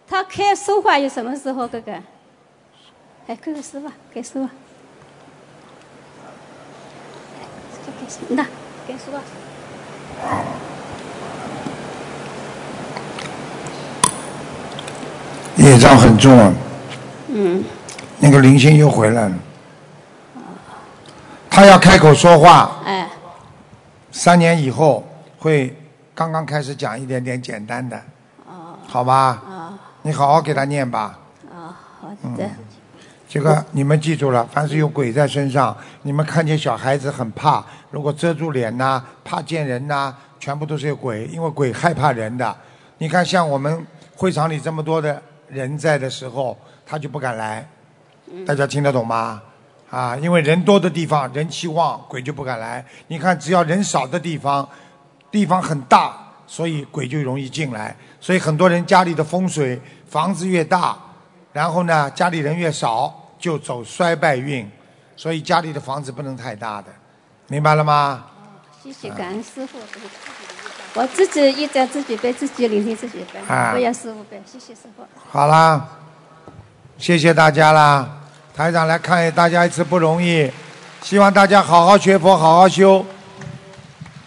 D: 他开说话有什么时候？哥哥，哎，哥哥说吧，该说吧。哎该说那该说吧。
B: 业障很重啊，
D: 嗯，
B: 那个灵性又回来了。他要开口说话，
D: 哎，
B: 三年以后会刚刚开始讲一点点简单的，好吧？
D: 啊
B: 你好好给他念吧。
D: 啊，好
B: 嗯
D: 的，
B: 这个你们记住了，凡是有鬼在身上，你们看见小孩子很怕，如果遮住脸呐、怕见人呐、全部都是有鬼，因为鬼害怕人的。你看，像我们会场里这么多的人在的时候，他就不敢来。大家听得懂吗？啊，因为人多的地方人气旺，鬼就不敢来。你看，只要人少的地方，地方很大，所以鬼就容易进来。所以很多人家里的风水，房子越大，然后呢家里人越少，就走衰败运。所以家里的房子不能太大的，明白了吗？
D: 谢谢感恩师傅。我自己一直自己背，自己聆听自己背，
B: 啊
D: 不要师傅背，谢谢师傅。
B: 好啦，谢谢大家啦，台长来看大家一次不容易，希望大家好好学佛，好好修。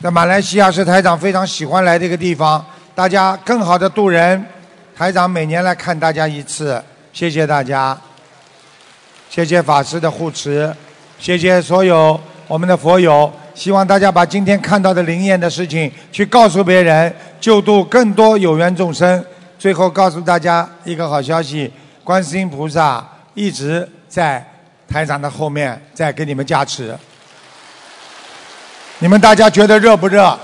B: 在马来西亚是台长非常喜欢来这个地方，大家更好的度人。台长每年来看大家一次，谢谢大家，谢谢法师的护持，谢谢所有我们的佛友。希望大家把今天看到的灵验的事情去告诉别人，救度更多有缘众生。最后告诉大家一个好消息：观世音菩萨一直在台长的后面，在给你们加持。你们大家觉得热不热？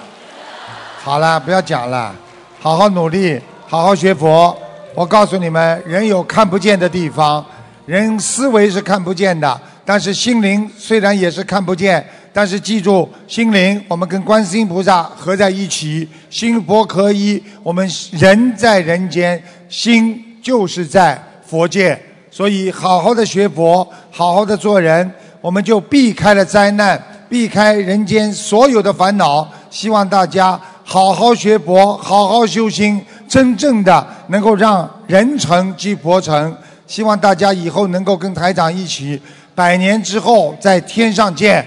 B: 好了，不要讲了，好好努力，好好学佛。我告诉你们，人有看不见的地方，人思维是看不见的，但是心灵虽然也是看不见，但是记住，心灵我们跟观世音菩萨合在一起，心佛合一。我们人在人间，心就是在佛界，所以好好的学佛，好好的做人，我们就避开了灾难，避开人间所有的烦恼。希望大家好好学佛，好好修心，真正的能够让人成即佛成。希望大家以后能够跟台长一起，百年之后在天上见。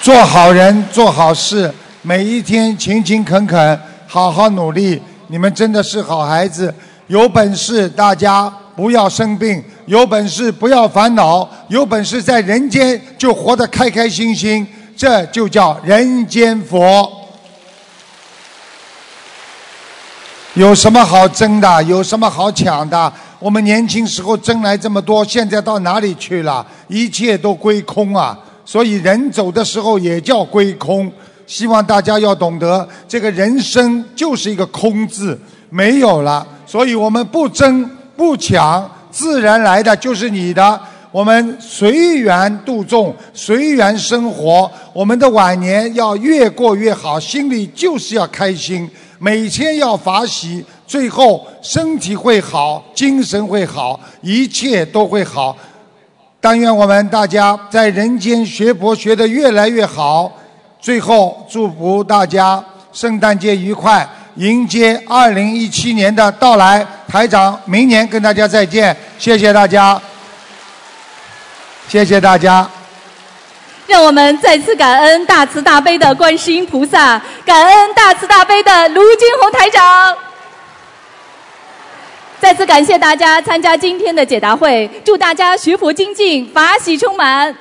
B: 做好人，做好事，每一天勤勤恳恳，好好努力。你们真的是好孩子，有本事大家不要生病，有本事不要烦恼，有本事在人间就活得开开心心，这就叫人间佛。有什么好争的？有什么好抢的？我们年轻时候争来这么多，现在到哪里去了？一切都归空啊！所以人走的时候也叫归空。希望大家要懂得，这个人生就是一个空字，没有了。所以我们不争不抢，自然来的就是你的。我们随缘度众，随缘生活。我们的晚年要越过越好，心里就是要开心，每天要法喜，最后身体会好，精神会好，一切都会好。但愿我们大家在人间学佛学得越来越好。最后，祝福大家圣诞节愉快，迎接二零一七年的到来。台长，明年跟大家再见，谢谢大家，谢谢大家。
A: 让我们再次感恩大慈大悲的观世音菩萨，感恩大慈大悲的卢军红台长。再次感谢大家参加今天的解答会，祝大家学佛精进，法喜充满。